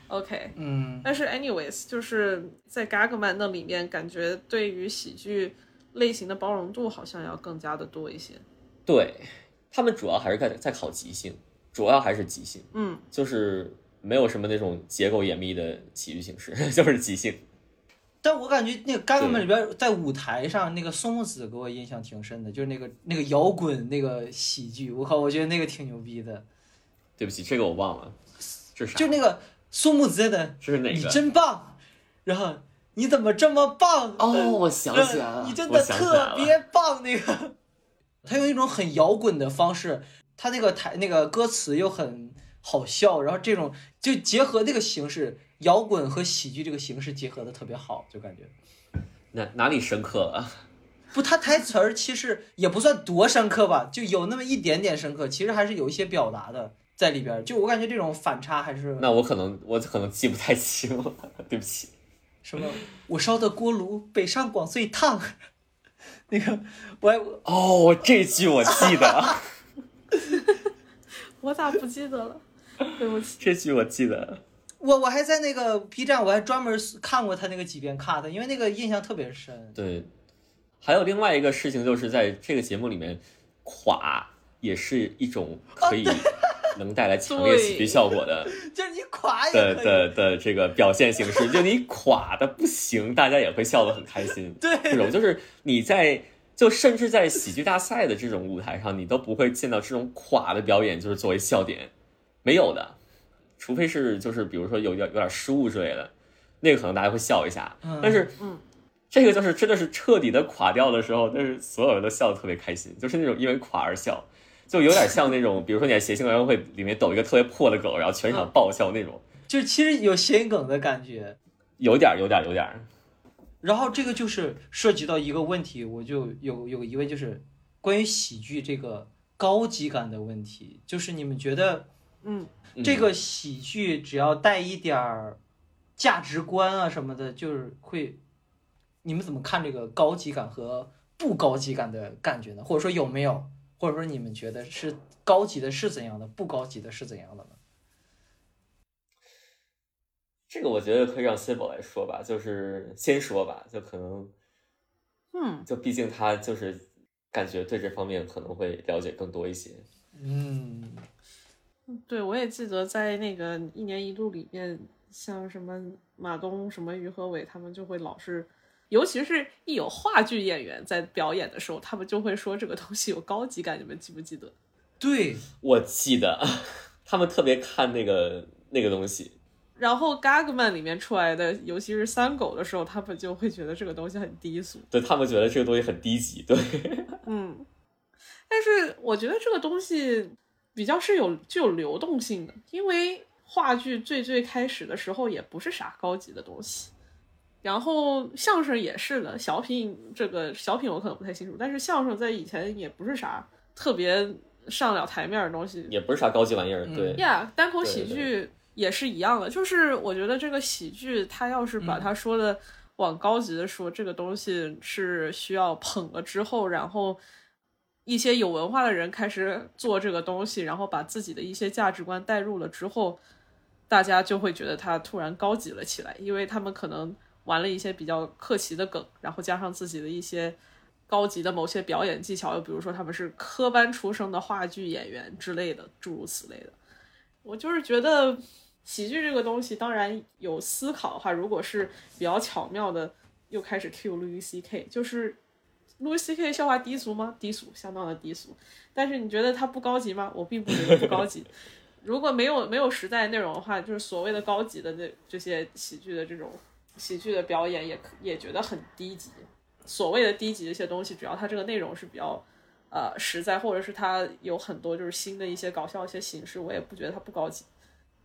S2: OK，
S1: 嗯，
S2: 但是 anyways，就是在 Gagman 那里面，感觉对于喜剧类型的包容度好像要更加的多一些。
S4: 对他们主要还是在在考即兴，主要还是即兴，
S2: 嗯，
S4: 就是没有什么那种结构严密的喜剧形式， 就是即兴。
S1: 但我感觉那个《g a g m a
S4: 对
S1: 里边在舞台上那个松木子给我印象挺深的，就是那个那个摇滚那个喜剧，我靠，我觉得那个挺牛逼的，
S4: 对不起，这个我忘了，这是啥？
S1: 就那个松木子的
S4: 这是哪
S1: 你
S4: 个？
S1: 真棒，然后你怎么这么棒？
S4: 哦，我想
S1: 然后
S4: 起来了，
S1: 你真
S4: 我
S1: 的
S4: 想起
S1: 特
S4: 来了。
S1: 别棒。那个，他用一种很摇滚的方式，他那个台那个歌词又很好笑，然后这种就结合那个形式，摇滚和喜剧这个形式结合的特别好，就感觉
S4: 哪哪里深刻了？
S1: 不，他台词儿其实也不算多深刻吧，就有那么一点点深刻，其实还是有一些表达的在里边儿。就我感觉这种反差还是
S4: 那我可能我可能记不太清了， 对不起。
S1: 什么，我烧的锅炉北上广最烫， 那个我还我
S4: 哦，这句我记得，
S2: 我咋不记得了？ 对不起，
S4: 这句我记得。
S1: 我我还在那个 B 站我还专门看过他那个几遍 cut，因为那个印象特别深。
S4: 对，还有另外一个事情就是在这个节目里面，垮也是一种
S1: 哦
S4: 可以 能带来强烈喜剧效果的
S1: 就是你垮也
S4: 的
S1: 可以，
S4: 的的这个表现形式，就你垮的不行，大家也会笑得很开心。
S1: 对
S4: 这种就是你在就甚至在喜剧大赛的这种舞台上，你都不会见到这种垮的表演，就是作为笑点，没有的，除非是就是比如说有点有点失误之类的，那个可能大家会笑一下
S1: 嗯，
S4: 但是
S2: 嗯
S4: 这个就是真的是彻底的垮掉的时候，但是所有人都笑得特别开心，就是那种因为垮而笑，就有点像那种，比如说你在谐星联欢会里面抖一个特别破的梗，然后全场爆笑那种，
S1: 就是其实有谐音梗的感觉。
S4: 有点儿有点儿有点儿，
S1: 然后这个就是涉及到一个问题，我就有有个疑问，就是关于喜剧这个高级感的问题，就是你们觉得
S2: 嗯，
S4: 嗯
S1: 这个喜剧只要带一点儿价值观啊什么的，就是会，你们怎么看这个高级感和不高级感的感觉呢？或者说有没有？或者说你们觉得是高级的是怎样的，不高级的是怎样的呢？
S4: 这个我觉得可以让谢宝来说吧，就是先说吧，就可能
S2: 嗯，
S4: 就毕竟他就是感觉对这方面可能会了解更多一些，
S1: 嗯，
S2: 对，我也记得在那个一年一度里面，像什么马东、什么于和伟，他们就会老是，尤其是一有话剧演员在表演的时候，他们就会说这个东西有高级感，你们记不记得？
S1: 对，
S4: 我记得 他们特别看那个那个东西，
S2: 然后《Gagman》里面出来的，尤其是三狗的时候，他们就会觉得这个东西很低俗。
S4: 对他们觉得这个东西很低级，对。
S2: 嗯，但是我觉得这个东西比较是有具有流动性的，因为话剧最最开始的时候也不是啥高级的东西，然后相声也是的，小品这个小品我可能不太清楚，但是相声在以前也不是啥特别上了台面的东西，
S4: 也不是啥高级玩意儿，对，
S2: 呀，单口
S4: 对
S2: 喜
S4: 对
S2: 剧也是一样的，就是我觉得这个喜剧，它要是
S4: 嗯
S2: 把它说的往高级的说，这个东西是需要捧了之后，然后一些有文化的人开始做这个东西，然后把自己的一些价值观带入了之后，大家就会觉得它突然高级了起来，因为他们可能玩了一些比较客气的梗，然后加上自己的一些。高级的某些表演技巧，又比如说他们是科班出身的话剧演员之类的，诸如此类的。我就是觉得喜剧这个东西，当然有思考的话，如果是比较巧妙的，又开始 Q Louis C K，就是。Louis C K 的笑话低俗吗？低俗，相当的低俗。但是你觉得它不高级吗？我并不觉得不高级。如果没有没有时代内容的话，就是所谓的高级的那这些喜剧的这种喜剧的表演也，可也觉得很低级。所谓的低级的一些东西，只要它这个内容是比较呃实在，或者是它有很多就是新的一些搞笑一些形式，我也不觉得它不高级，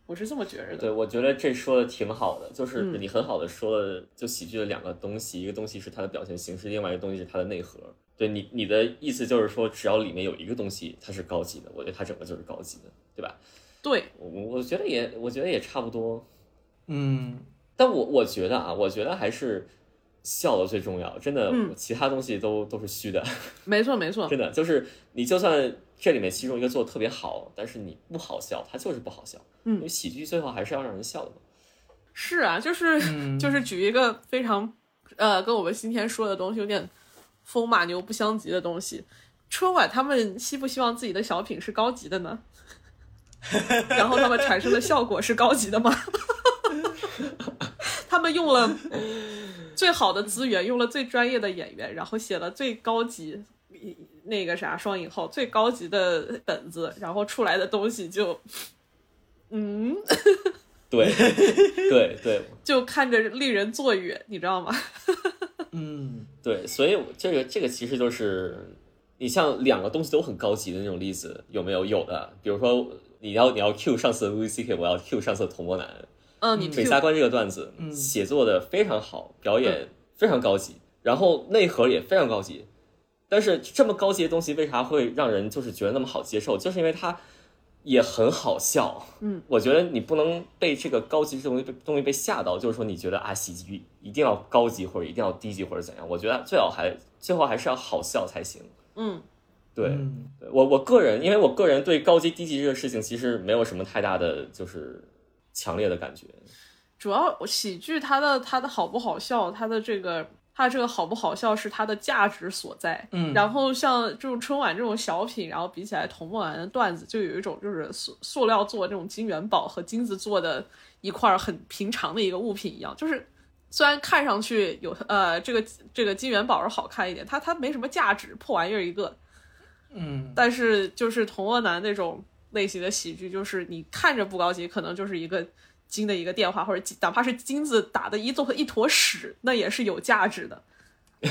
S2: 我是这么觉着的。
S4: 对，我觉得这说的挺好的，就是
S2: 嗯
S4: 你很好的说了，就喜剧的两个东西，一个东西是它的表现形式，另外一个东西是它的内核。对你，你的意思就是说，只要里面有一个东西它是高级的，我觉得它整个就是高级的，对吧？
S2: 对，
S4: 我我觉得也，我觉得也差不多。
S1: 嗯，
S4: 但我我觉得啊，我觉得还是笑的最重要，真的，
S2: 嗯
S4: 其他东西都都是虚的。
S2: 没错没错，
S4: 真的就是你就算这里面其中一个做的特别好，但是你不好笑，它就是不好笑。
S2: 嗯
S4: 因为喜剧最后还是要让人笑的嘛。
S2: 是啊，就是、
S1: 嗯
S2: 就是举一个非常呃跟我们今天说的东西有点风马牛不相及的东西。春晚他们希不希望自己的小品是高级的呢？ 然后他们产生的效果是高级的吗？ 他们用了最好的资源，用了最专业的演员，然后写了最高级那个啥双引号最高级的本子，然后出来的东西就嗯
S4: 对，对，对，
S2: 就看着令人作呕，你知道吗？
S1: 嗯
S4: 对，所以我这个这个其实就是你像两个东西都很高级的那种例子，有没有？有的，比如说你要你要 Q 上次的 Louis C K，我要 Q 上次的童博南，
S2: 嗯，你
S4: 北
S2: Q
S4: 撒关这个段子
S1: 嗯
S4: 写作的非常好，表演非常高级，然后内核也非常高级，但是这么高级的东西为啥会让人就是觉得那么好接受？就是因为它也很好笑。
S2: 嗯，
S4: 我觉得你不能被这个高级这东西被东西被吓到，就是说你觉得啊喜剧一定要高级或者一定要低级或者怎样？我觉得最好还最后还是要好笑才行。
S2: 嗯，
S4: 对，
S1: 嗯
S4: 对我我个人，因为我个人对高级低级这个事情其实没有什么太大的就是强烈的感觉。
S2: 主要喜剧它的它的好不好笑，它的这个它这个好不好笑是它的价值所在。
S1: 嗯
S2: 然后像这种春晚这种小品，然后比起来童梦兰的段子，就有一种就是塑塑料做这种金元宝和金子做的一块儿很平常的一个物品一样，就是。虽然看上去有呃，这个这个金元宝是好看一点，它它没什么价值，破玩意儿一个。
S1: 嗯
S2: 但是就是童恶男那种类型的喜剧，就是你看着不高级，可能就是一个金的一个电话，或者金哪怕是金子打的一坨一坨屎，那也是有价值的。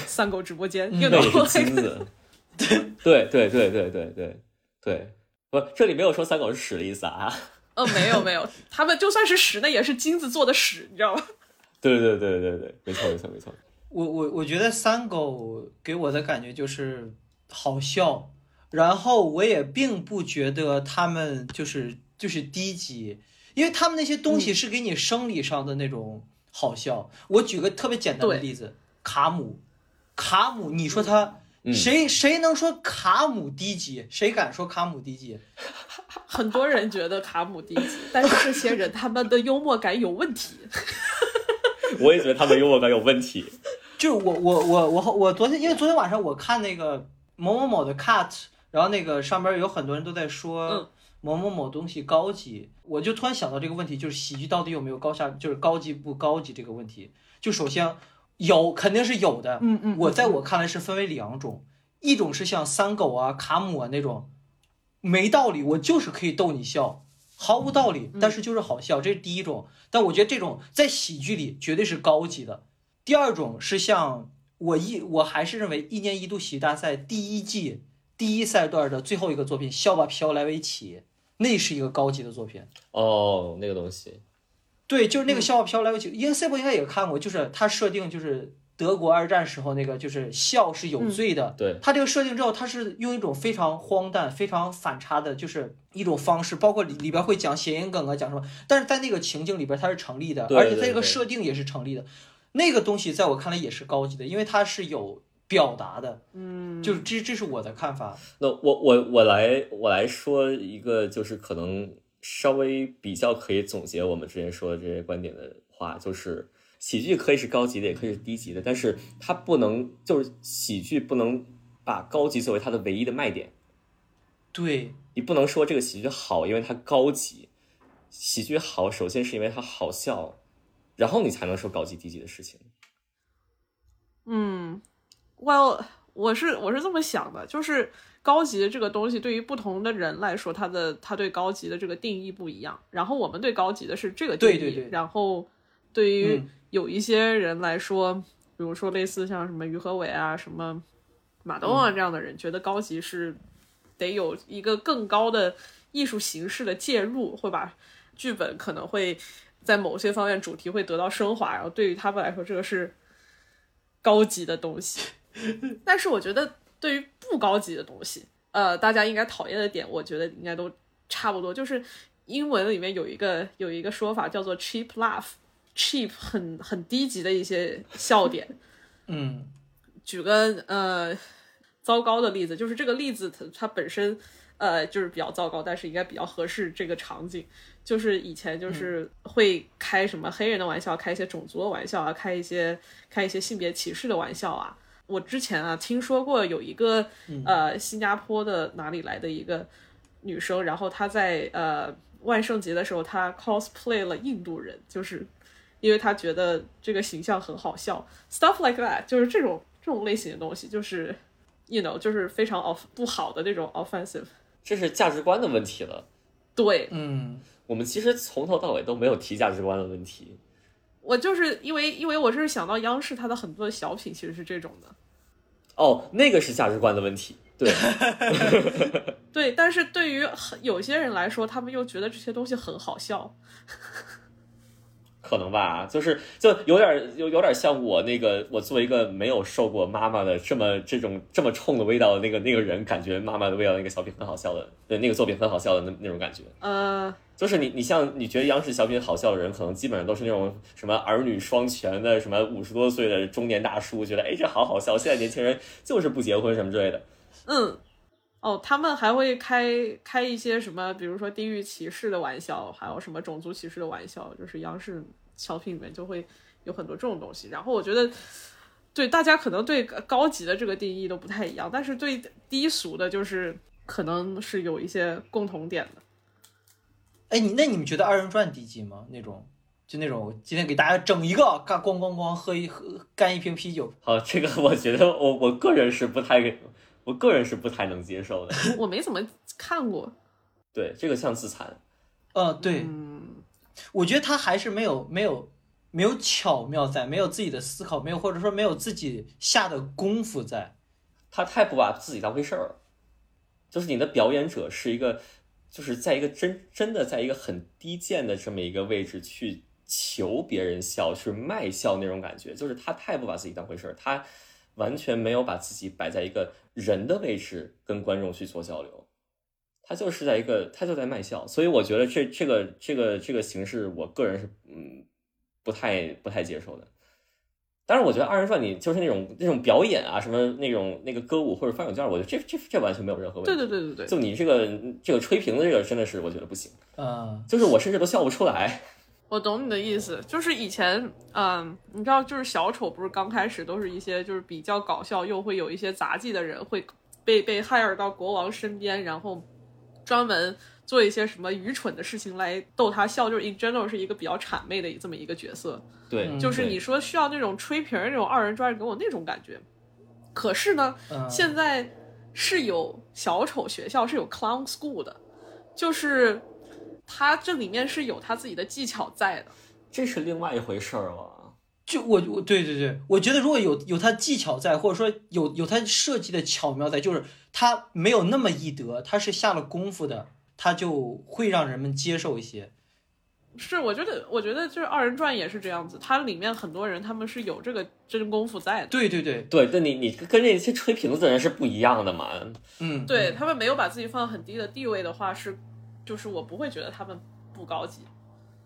S2: 三狗直播间又
S4: 那
S2: 给
S4: 也
S2: 我
S4: 是金
S2: 来
S4: 子。对对对对对对对不，这里没有说三狗是屎的意思啊。
S2: 呃，没有没有，他们就算是屎，那也是金子做的屎，你知道吗？
S4: 对对对对对，没错没错没错。
S1: 我我我觉得三狗给我的感觉就是好笑，然后我也并不觉得他们就是就是低级，因为他们那些东西是给你生理上的那种好笑。我举个特别简单的
S2: 对
S1: 例子，卡姆，卡姆，你说他、
S4: 嗯
S1: 谁谁能说卡姆低级？谁敢说卡姆低级？
S2: 很多人觉得卡姆低级，但是这些人他们的幽默感有问题。
S4: 我也觉得他们幽默感有问题。
S1: 就是我我我我我昨天，因为昨天晚上我看那个某某某的 cut，然后那个上边有很多人都在
S2: 嗯
S1: 说某某某东西高级，我就突然想到这个问题，就是喜剧到底有没有高下，就是高级不高级这个问题。就首先有肯定是有的，
S2: 嗯嗯
S1: 我在我看来是分为两种，一种是像三狗啊、卡姆啊那种，没道理，我就是可以逗你笑，毫无道
S2: 嗯
S1: 理，但是就是好笑，这是第一种。但我觉得这种在喜剧里绝对是高级的。第二种是像我一，我还是认为一年一度喜剧大赛第一季第一赛段的最后一个作品《笑吧飘莱维奇》，那是一个高级的作品。
S4: 哦，那个东西，
S1: 对，就是
S2: 嗯
S1: 那个《笑傲飘来维奇》，应该 C 博应该也看过，就是它设定就是德国二战时候那个就是笑是
S2: 嗯
S1: 有罪的，
S4: 对
S1: 它这个设定之后，它是用一种非常荒诞、非常反差的，就是一种方式，包括里里边会讲谐音梗啊，讲什么，但是在那个情境里边它是成立的，
S4: 对
S1: 而且
S4: 对
S1: 它这个
S4: 对
S1: 设定也是成立的，那个东西在我看来也是高级的，因为它是有表达的，
S2: 嗯，
S1: 就是这这是我的看法，
S4: 那我我我来我来说一个，就是可能稍微比较可以总结我们之前说的这些观点的话，就是喜剧可以是高级的，也可以是低级的，但是它不能就是喜剧不能把高级作为它的唯一的卖点。
S1: 对，
S4: 你不能说这个喜剧好，因为它高级。喜剧好，首先是因为它好笑，然后你才能说高级低级的事情。
S2: 嗯，Well，我是我是这么想的，就是高级这个东西对于不同的人来说，他的他对高级的这个定义不一样。然后我们对高级的是这个定义，
S1: 对对对
S2: 然后对于
S1: 嗯
S2: 有一些人来说，比如说类似像什么于和伟啊、什么马东
S1: 嗯
S2: 啊这样的人，觉得高级是得有一个更高的艺术形式的介入，会把剧本可能会在某些方面主题会得到升华，然后对于他们来说，这个是高级的东西。但是我觉得对于不高级的东西，呃，大家应该讨厌的点，我觉得应该都差不多。就是英文里面有一个有一个说法叫做 cheap laugh，cheap 很很低级的一些笑点，
S1: 嗯
S2: 举个呃糟糕的例子，就是这个例子它它本身呃就是比较糟糕，但是应该比较合适这个场景。就是以前就是会开什么黑人的玩笑，开一些种族的玩笑啊，开一些开一些性别歧视的玩笑啊。我之前啊听说过有一个呃新加坡的哪里来的一个女生，然后她在呃万圣节的时候，她 cosplay 了印度人，就是因为她觉得这个形象很好笑，stuff like that，就是这种这种类型的东西，就是，you know，就是非常 off 不好的那种 offensive。
S4: 这是价值观的问题了。
S2: 对
S1: 嗯
S4: 我们其实从头到尾都没有提价值观的问题。
S2: 我就是因为因为我是想到央视它的很多小品其实是这种的，
S4: 哦，那个是价值观的问题。对，
S2: 对，但是对于很有些人来说，他们又觉得这些东西很好笑，
S4: 可能吧，就是就有点有有点像我那个，我作为一个没有受过妈妈的这么这种这么冲的味道的那个那个人，感觉妈妈的味道那个小品很好笑的，对那个作品很好笑的那那种感觉。
S2: 呃，
S4: 就是你，你像你觉得央视小品好笑的人，可能基本上都是那种什么儿女双全的，什么五十多岁的中年大叔，觉得哎这好好笑，现在年轻人就是不结婚什么之类的。
S2: 嗯，哦，他们还会开开一些什么，比如说地域歧视的玩笑，还有什么种族歧视的玩笑，就是央视小品里面就会有很多这种东西。然后我觉得，对大家可能对高级的这个定义都不太一样，但是对低俗的，就是可能是有一些共同点的。
S1: 哎，你那你们觉得二人转低级吗？那种就那种今天给大家整一个，啊干咣咣咣喝一喝干一瓶啤酒，
S4: 好，这个我觉得我我个人是不太，我个人是不太能接受的。
S2: 我没怎么看过，
S4: 对，这个像自残。
S1: 呃，对，
S2: 嗯，
S1: 我觉得他还是没有没有没有巧妙在，没有自己的思考，没有或者说没有自己下的功夫在。
S4: 他太不把自己当回事儿了。就是你的表演者是一个，就是在一个真真的在一个很低贱的这么一个位置去求别人笑，去卖笑那种感觉，就是他太不把自己当回事儿，他完全没有把自己摆在一个人的位置跟观众去做交流，他就是在一个他就在卖笑，所以我觉得这这个这个这个形式，我个人是嗯不太不太接受的。但是我觉得二人转你就是那种那种表演啊，什么那种那个歌舞或者翻滚卷，我觉得这这这完全没有任何问题。
S2: 对对对对对，
S4: 就你这个这个吹瓶子这个真的是我觉得不行，
S1: 嗯
S4: 就是我甚至都笑不出来。
S2: 我懂你的意思，就是以前，嗯，你知道，就是小丑不是刚开始都是一些就是比较搞笑又会有一些杂技的人会被被 hire 到国王身边，然后专门做一些什么愚蠢的事情来逗他笑，就是 in general 是一个比较谄媚的这么一个角色，
S4: 对，
S1: 嗯
S2: 就是你说需要那种吹瓶儿那种二人转给我那种感觉，可是呢，
S1: 嗯，
S2: 现在是有小丑学校，是有 clown school 的，就是他这里面是有他自己的技巧在的。
S4: 这是另外一回事儿了。
S1: 就我我对对对，我觉得如果有有他技巧在，或者说有有他设计的巧妙在，就是他没有那么易得，他是下了功夫的，他就会让人们接受一些。
S2: 是，我觉得，我觉得就是二人转也是这样子，它里面很多人他们是有这个真功夫在的，
S1: 对对对，
S4: 对，但你你跟那些吹瓶子的人是不一样的嘛。
S1: 嗯，
S2: 对他们没有把自己放到很低的地位的话，是，就是我不会觉得他们不高级。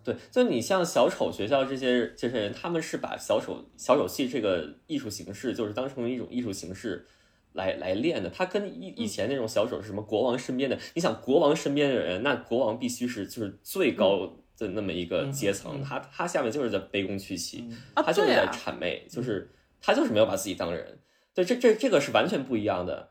S4: 对，就你像小丑学校这些这些人，他们是把小丑小丑戏这个艺术形式，就是当成一种艺术形式来来练的。他跟以
S1: 嗯
S4: 以前那种小丑是什么国王身边的，你想国王身边的人，那国王必须是就是最高的那么一个阶层，
S1: 嗯嗯嗯
S4: 他他下面就是在卑躬屈膝。
S1: 嗯
S2: 啊
S4: 他就是
S2: 对
S4: 在
S2: 啊
S4: 谄媚，就是他就是没有把自己当人。对，这这这个是完全不一样的。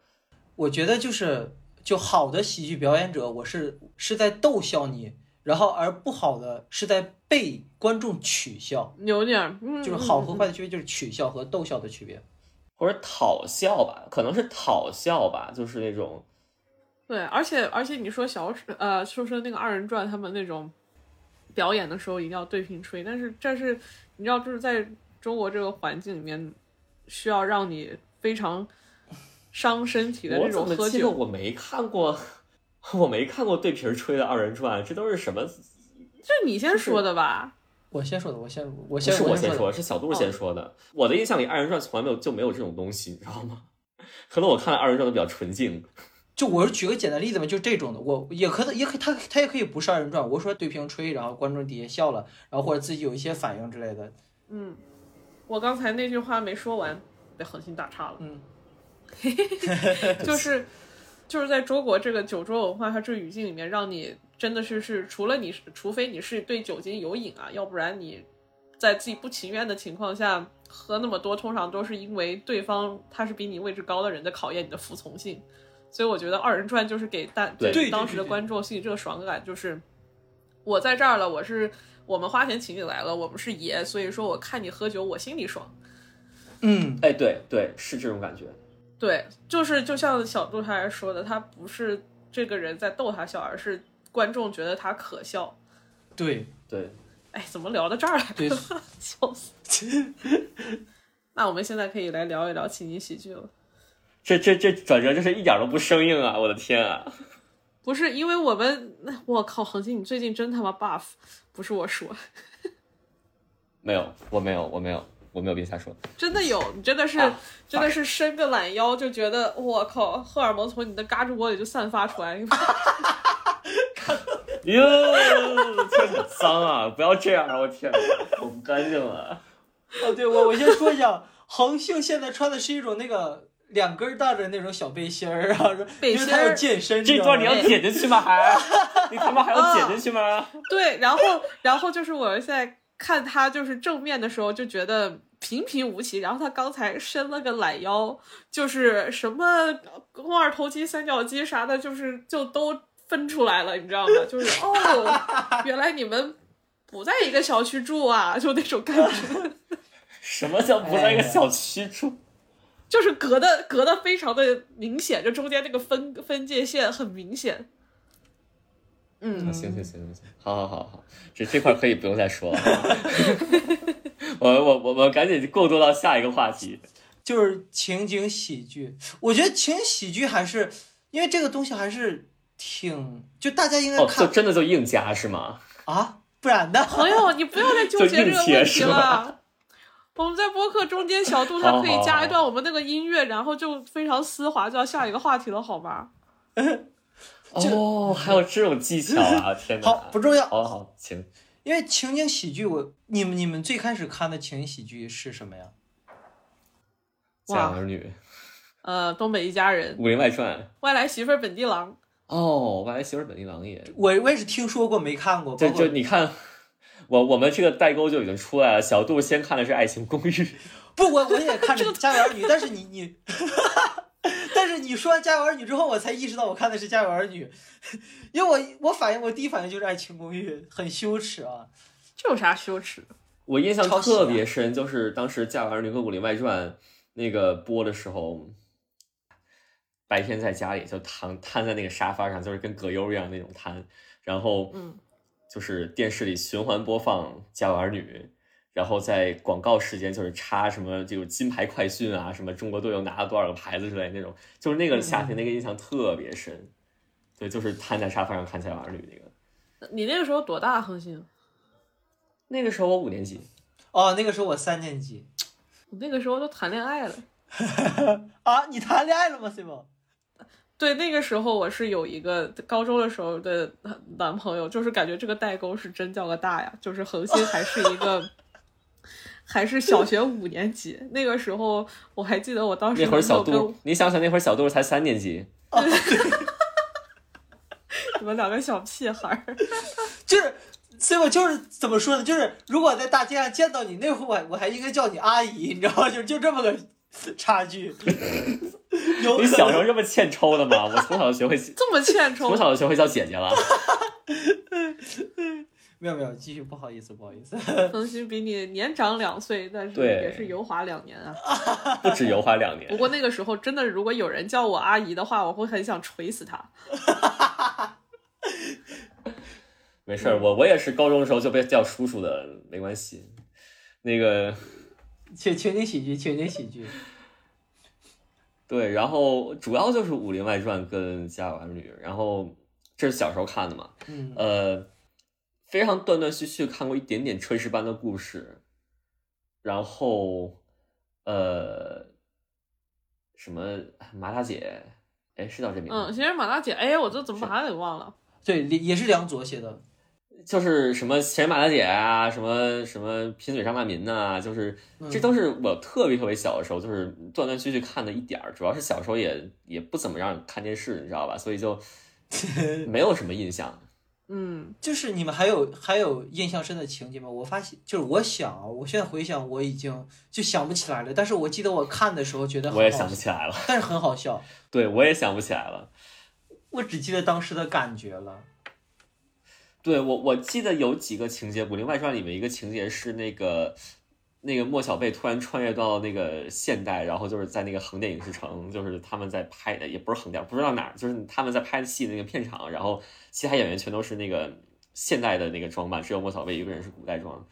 S1: 我觉得就是就好的喜剧表演者，我是是在逗笑你，然后而不好的是在被观众取笑，
S2: 有点儿，嗯，
S1: 就是好和
S2: 嗯
S1: 坏的区别就是取笑和逗笑的区别。
S4: 或者讨笑吧，可能是讨笑吧，就是那种
S2: 嗯对，而且而且你说小丑呃，就是那个二人转他们那种表演的时候一定要对瓶吹，但是这是你知道，就是在中国这个环境里面，需要让你非常伤身体的
S4: 我
S2: 那
S4: 怎
S2: 种
S4: 么
S2: 喝
S4: 记得
S2: 酒，
S4: 我没看过，我没看过对皮儿吹的二人转，这都是什么？
S2: 这是你先说的吧？
S1: 我先说的，我先我
S4: 不
S1: 先
S4: 是我
S1: 先
S4: 先说，哦
S1: 说的，
S4: 是小杜先说的。我的印象里，二人转从来没有就没有这种东西，你知道吗？ 可能我看了二人转都比较纯净。
S1: 就我是举个简单例子嘛，就这种的，我也可能也可以他他也可以不是二人转，我说对瓶吹，然后观众底下笑了，然后或者自己有一些反应之类的，
S2: 嗯，我刚才那句话没说完，被狠心打 岔了。
S1: 嗯，
S2: 就是就是在中国这个酒桌文化它这个语境里面，让你真的是是除了你是，除非你是对酒精有瘾啊，要不然你在自己不情愿的情况下喝那么多，通常都是因为对方他是比你位置高的人在考验你的服从性。所以我觉得二人转就是给大
S4: 对
S2: 给
S1: 对
S2: 当时的
S1: 对对
S2: 观众心里这个爽感，就是我在这儿了，我是我们花钱请你来了，我们是爷，所以说我看你喝酒，我心里爽。
S1: 嗯，
S4: 哎，对对，是这种感觉。
S2: 对，就是就像小杜他来说的，他不是这个人在逗他笑，而是观众觉得他可笑。
S1: 对
S4: 对，
S2: 哎，怎么聊到这儿来
S1: 对 哦
S2: 了？笑死！ 那我们现在可以来聊一聊情景喜剧了。
S4: 这这这转折真是一点儿都不生硬啊！我的天啊！
S2: 不是因为我们，我靠，恒星，你最近真他妈 buff，不是我说，
S4: 没有，我没有，我没有，我没有跟你瞎说。
S2: 真的有，你真的是、
S4: 啊
S2: 真的是伸个懒腰就觉得我靠，荷尔蒙从你的胳肢窝里就散发出来，
S4: 哟，天好脏啊！不要这样啊！我天哪，我不干净了。
S1: 哦，对我我先说一下，恒秀现在穿的是一种那个两根儿大的那种小背心儿啊，
S2: 背
S1: 因为
S2: 心
S1: 他
S2: 儿
S1: 有健身。
S4: 这
S1: 知道
S4: 段你
S1: 吗
S4: 要剪进去吗？还，你他妈还要剪进去吗？
S2: 对，然后然后就是我现在看他就是正面的时候就觉得平平无奇，然后他刚才伸了个懒腰，就是什么肱二头肌、三角肌啥的，就是就都分出来了，你知道吗？就是哦，原来你们不在一个小区住啊，就那种感觉，
S4: 什么叫不在一个小区住？
S2: 就是隔的隔的非常的明显，就中间那个分分界线很明显。嗯
S4: 啊，行行行行行，好好好好，这这块可以不用再 说了。我我我我赶紧过渡到下一个话题。
S1: 就是情景喜剧，我觉得情景喜剧还是因为这个东西还是挺，就大家应该
S4: 哦，就
S1: 看、
S4: 真的就硬加是吗？
S1: 啊，不然呢？
S2: 朋友，你不要再纠结这个
S4: 就硬
S2: 问
S4: 切
S2: 题
S4: 是
S2: 了
S4: 吧。
S2: 我们在播客中间小度他可以
S4: 好好
S2: 加一
S4: 好
S2: 段我们那个音乐，然后就非常丝滑，就要下一个话题了，好吗？
S4: 哦，还有这种技巧 啊！天哪，
S1: 好，不重要，
S4: 好好行，
S1: 因为情景喜剧我，你们你们最开始看的情景喜剧是什么呀？
S4: 《家有儿女》
S2: 呃，东北一家
S4: 《
S2: 人，
S4: 武林外传》
S2: 外来媳妇儿本地郎，
S4: 哦，《外来媳妇儿本地郎》也
S1: 我我也是听说过，没看过。
S4: 就
S1: 包括
S4: 就你看，我我们这个代沟就已经出来了。小度先看的是《爱情公寓》，
S1: 不，我我也看着《家有儿女》，但是你你，但是你说《家有儿女》之后，我才意识到我看的是《家有儿女》，因为我我反应我第一反应就是《爱情公寓》，很羞耻啊。
S2: 这有啥羞耻？
S4: 我印象
S1: 抄袭啊
S4: 特别深，就是当时《家有儿女》和《武林外传》那个播的时候，白天在家里就躺瘫在那个沙发上，就是跟葛优一样那种瘫，然后
S2: 嗯，
S4: 就是电视里循环播放《家有儿女》。然后在广告时间就是插什么这种金牌快讯啊，什么中国队又拿了多少个牌子之类的那种，就是那个夏
S2: 嗯
S4: 天那个印象特别深。对，就是瘫在沙发上看《家有儿女》那个。
S2: 你那个时候多大，恒星？
S4: 那个时候我五年级，
S1: 哦，那个时候我三年级
S2: 我那个时候都谈恋爱了。
S1: 啊，你谈恋爱了吗 s i m o
S2: 对，那个时候我是有一个高中的时候的男朋友，就是感觉这个代沟是真叫个大呀，就是恒星还是一个。还是小学五年级那个时候，我还记得我当时
S4: 那会儿
S2: 没有
S4: 小
S2: 跟
S4: 杜，你想想那会儿小杜才三年级，
S1: 啊
S2: 你们两个小屁孩儿，
S1: 就是 s i m o 就是怎么说呢？就是如果在大街上见到你，那会儿我我还应该叫你阿姨，你知道吗？就就这么个差距。有
S4: 你小时
S1: 可
S4: 候
S1: 能
S4: 这么欠抽的吗？我从小就学 会，
S2: 这么欠抽
S4: 从，小就学会叫姐姐了。
S1: 没有没有，继续，不好意思不好意思。
S2: 恒星比你年长两岁，但是
S4: 对
S2: 也是油滑两年啊。
S4: 不止油花
S2: 不
S4: 两年，
S2: 过那个时候真的，如果有人叫我阿姨的话，我会很想锤死他。
S4: 没事儿，我我也是高中的时候就被叫叔叔的，没关系。那个
S1: 情情景喜剧，情景喜剧。
S4: 对，然后主要就是《武林外传》跟《家有儿女》，然后这是小时候看的嘛，
S1: 嗯，
S4: 呃，非常断断续续看过一点点《炊事班的故事》，然后呃，什么麻辣姐，哎，是叫这名字吗
S2: 嗯，其实马大姐，哎，我这怎么把她给忘了？
S1: 对，李也是梁左写的。
S4: 就是什么前马大姐啊，什么什么贫嘴张大民呐、就是这都是我特别特别小的时候，就是断断续续看的一点儿。主要是小时候也也不怎么让看电视，你知道吧？所以就没有什么印象。
S2: 嗯，
S1: 就是你们还有还有印象深的情节吗？我发现，就是我想啊，我现在回想，我已经就想不起来了。但是我记得我看的时候觉得很
S4: 我也
S1: 好
S4: 想不
S1: 笑
S4: 起来了，
S1: 但是很好笑。
S4: 对我也想不起来了。
S1: 我只记得当时的感觉了。
S4: 对我我记得有几个情节，《武林外传》里面一个情节是那个那个莫小贝突然穿越到那个现代，然后就是在那个横店影视城，就是他们在拍，也不是横店，不知道哪儿，就是他们在拍戏的那个片场，然后其他演员全都是那个现代的那个装扮，只有莫小贝一个人是古代装。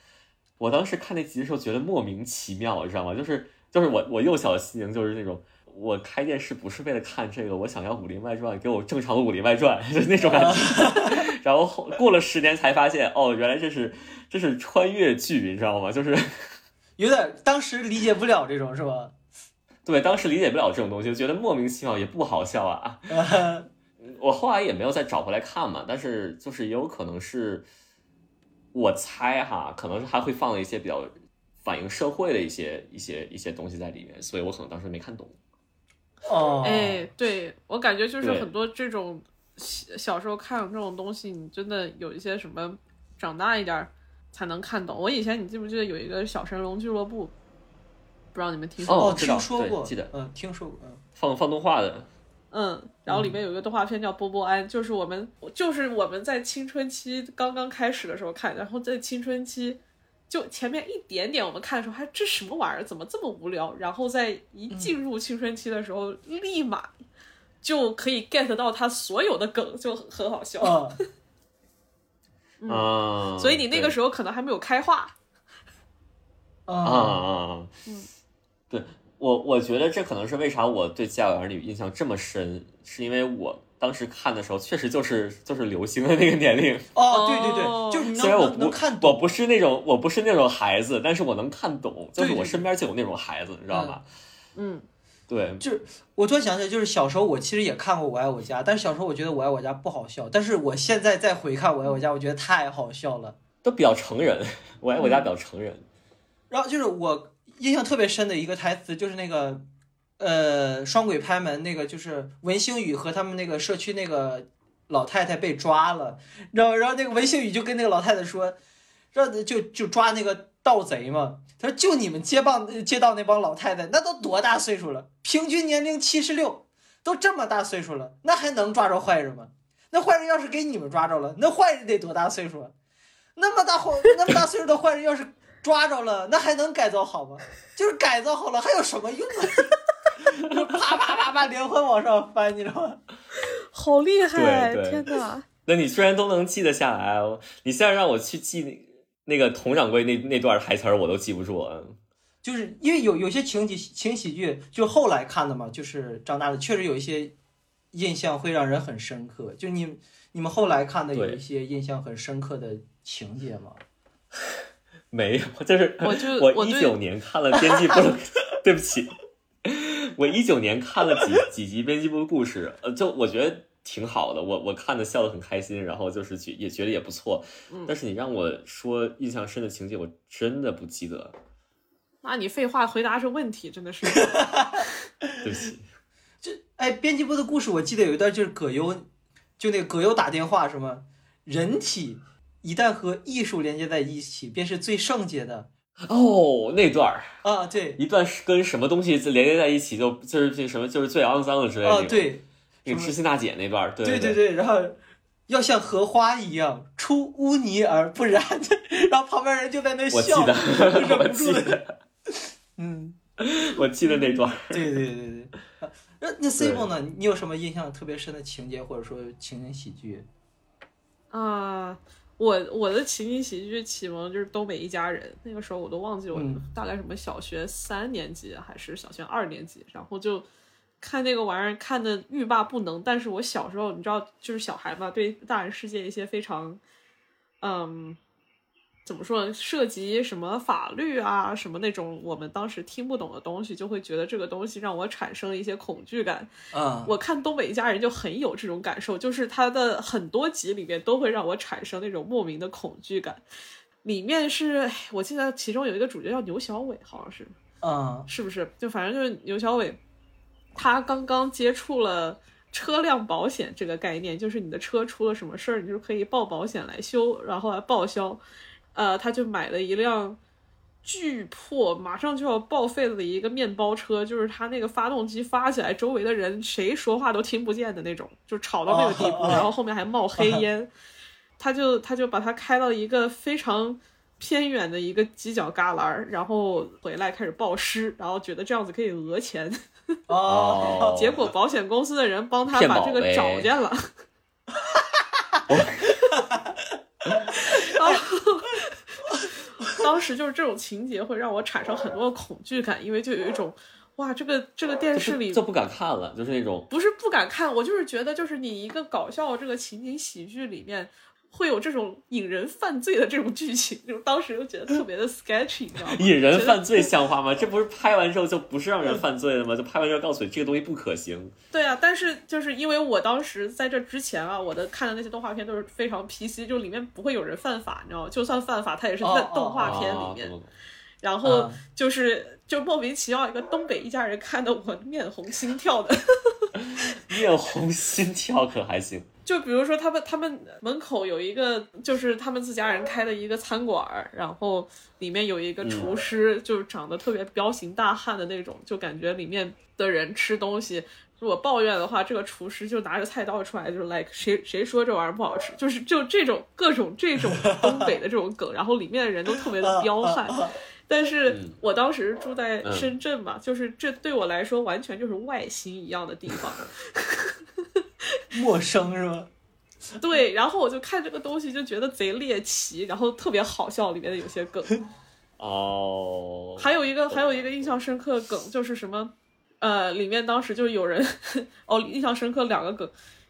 S4: 我当时看那集的时候，觉得莫名其妙，你知道吗？就是就是我我幼小的心灵就是那种，我开电视不是为了看这个，我想要《武林外传》，给我正常的《武林外传》 就是那种感觉。然后后过了十年才发现，哦，原来这是这是穿越剧，你知道吗？就是
S1: 有点当时理解不了这种是吧？
S4: 对，当时理解不了这种东西，觉得莫名其妙，也不好笑啊。
S1: 呃
S4: 我后来也没有再找回来看嘛，但是就是也有可能是，我猜哈，可能是他会放了一些比较反映社会的一些一些一些东西在里面，所以我可能当时没看懂。
S1: 哦，
S2: 哎，对我感觉就是
S4: 对
S2: 很多这种小小时候看这种东西，你真的有一些什么长大一点儿才能看懂。我以前你记不记得有一个小神龙俱乐部？不知道你们听说过
S1: 哦，
S2: 吗
S4: 哦知道
S1: 听说
S4: 对
S1: 过，
S4: 记得
S1: 嗯，听说过，嗯，
S4: 放放动画的，
S2: 嗯，然后里面有一个动画片叫《波波安》，就是我们就是我们在青春期刚刚开始的时候看，然后在青春期就前面一点点我们看的时候，还这什么玩意儿，怎么这么无聊？然后在一进入青春期的时候，立马就可以 get 到他所有的梗，就很很好笑。
S1: 啊，
S2: 嗯
S4: 啊，
S2: 所以你那个
S4: 对
S2: 时候可能还没有开化，
S4: 啊
S1: 啊，
S4: 啊啊，
S2: 嗯
S4: 对我我觉得这可能是为啥我对《家有儿女》印象这么深，是因为我当时看的时候确实就是就是流行的那个年龄，
S1: 哦，对对
S2: 哦
S1: 对，就是你
S4: 虽然
S1: 能
S4: 我
S1: 能
S4: 不
S1: 能看
S4: 我
S1: 懂，
S4: 不是那种我不是那种孩子，但是我能看懂，就是
S1: 对对
S4: 我
S1: 对
S4: 身边就有那种孩子，你知道吧？
S2: 嗯，
S4: 对，
S1: 我突然想起来，就是小时候我其实也看过《我爱我家》，但是小时候我觉得《我爱我家》不好笑，但是我现在再回看《我爱我家》，我觉得太好笑了。
S4: 都比较成人，我爱我家比较成人。
S1: 然后就是我印象特别深的一个台词，就是那个呃双轨拍门那个，就是文星宇和他们那个社区那个老太太被抓了，然后然后那个文星宇就跟那个老太太说，让就就抓那个盗贼嘛。他说：“就你们街帮街道那帮老太太，那都多大岁数了？平均年龄七十六，都这么大岁数了，那还能抓着坏人吗？那坏人要是给你们抓着了，那坏人得多大岁数啊？那么大坏那么大岁数的坏人要是抓着了，那还能改造好 吗？就是改造好了，还有什么用啊？啊就啪啪啪啪，灵魂往上翻，你知道吗？
S2: 好厉害！
S4: 对对
S2: 天哪，
S4: 那你居然都能记得下来哦！你现在让我去记那那个佟掌柜那那段台词儿，我都记不住啊。
S1: 就是因为有有些情景情喜剧，就后来看的嘛，就是长大了，确实有一些印象会让人很深刻。就你你们后来看的有
S4: 对
S1: 一些印象很深刻的情节吗？
S4: 没有，就是
S2: 我就我
S4: 一
S2: 对
S4: 九年看了《编辑部的》， 对不起，我一九年看了几几集《编辑部的故事》，呃，就我觉得挺好的，我我看的笑的很开心，然后就是觉也觉得也不错
S2: 嗯。
S4: 但是你让我说印象深的情节，我真的不记得，
S2: 那你废话回答是问题，真的是
S4: 对不起。
S1: 哎，编辑部的故事，我记得有一段就是葛优，就那个葛优打电话什么，人体一旦和艺术连接在一起，便是最圣洁的
S4: 哦，那段儿
S1: 啊！对，
S4: 一段是跟什么东西连接在一起就，就是这什么，就是最肮脏的之类的那
S1: 啊
S4: 种。
S1: 对，
S4: 那个
S1: 什么
S4: 知心大姐那段儿，对
S1: 对
S4: 对
S1: 对，然后要像荷花一样出污泥而不染， 然后旁边人就在那
S4: 我记
S1: 笑，
S4: 得，
S1: 忍
S4: 我
S1: 不
S4: 记
S1: 住的，
S4: 得，
S1: 嗯，
S4: 我记得那段儿。
S1: 对对对对。啊那那 C 梦呢？你有什么印象特别深的情节，或者说情景喜剧？
S2: 啊！我我的情景喜剧启蒙就是《东北一家人》，那个时候我都忘记我
S1: 嗯
S2: 大概什么小学三年级还是小学二年级，然后就看那个玩意儿看的欲罢不能。但是我小时候你知道，就是小孩嘛，对大人世界一些非常，嗯，怎么说呢，涉及什么法律啊，什么那种我们当时听不懂的东西，就会觉得这个东西让我产生了一些恐惧感。
S1: 啊，
S2: 嗯我看《东北一家人》就很有这种感受，就是他的很多集里面都会让我产生那种莫名的恐惧感。里面是哎我记得其中有一个主角叫牛小伟，好像是
S1: 啊，
S2: 是不是？就反正就是牛小伟，他刚刚接触了车辆保险这个概念，就是你的车出了什么事儿，你就是可以报保险来修，然后来报销。呃，他就买了一辆巨破，马上就要报废了的一个面包车，就是他那个发动机发起来，周围的人谁说话都听不见的那种，就吵到那个地步，
S1: 哦哦
S2: 然后后面还冒黑
S4: 哦
S2: 烟。他就他就把他开到一个非常偏远的一个犄角旮旯儿，然后回来开始报失，然后觉得这样子可以讹钱，
S1: 哦，
S2: 结果保险公司的人帮他
S4: 骗
S2: 把
S4: 保
S2: 这个
S4: 呗
S2: 找见了。 然后当时就是这种情节会让我产生很多的恐惧感，因为就有一种哇，这个这个电视里
S4: 这不敢看了，就是那种
S2: 不是不敢看，我就是觉得就是你一个搞笑这个情景喜剧里面。会有这种引人犯罪的这种剧情，就当时就觉得特别的 sketchy，你知道吗？
S4: 引人犯罪像话吗？这不是拍完之后就不是让
S2: 嗯
S4: 人犯罪了吗？就拍完之后告诉你这个东西不可行。
S2: 对啊，但是就是因为我当时在这之前啊，我的看的那些动画片都是非常 PC，就里面不会有人犯法，你知道吗？就算犯法，他也是在
S1: 哦哦哦
S2: 动画片
S4: 啊
S2: 里面。
S4: 懂懂懂
S2: 然后就是就莫名其妙一个东北一家人看的我面红心跳的，
S4: 面红心跳可还行？
S2: 就比如说他们他们门口有一个就是他们自家人开的一个餐馆儿，然后里面有一
S4: 嗯
S2: 个厨师，就是长得特别彪形大汉的那种，就感觉里面的人吃东西。如果抱怨的话，这个厨师就拿着菜刀出来，就是 like 谁谁说这玩意儿不好吃，就是就这种各种这种东北的这种梗，然后里面的人都特别的彪 悍，但是
S4: 嗯
S2: 我当时住在
S4: 嗯
S2: 深圳嘛，就是这对我来说完全就是外星一样的地方。
S1: 陌生是吗？
S2: 对，然后我就看这个东西就觉得贼猎奇，然后特别好笑里面的有些梗。
S4: 哦，
S2: 还有一个还有一个印象深刻的梗就是什么，呃，里面当时就有人 哦，印象深刻两个梗，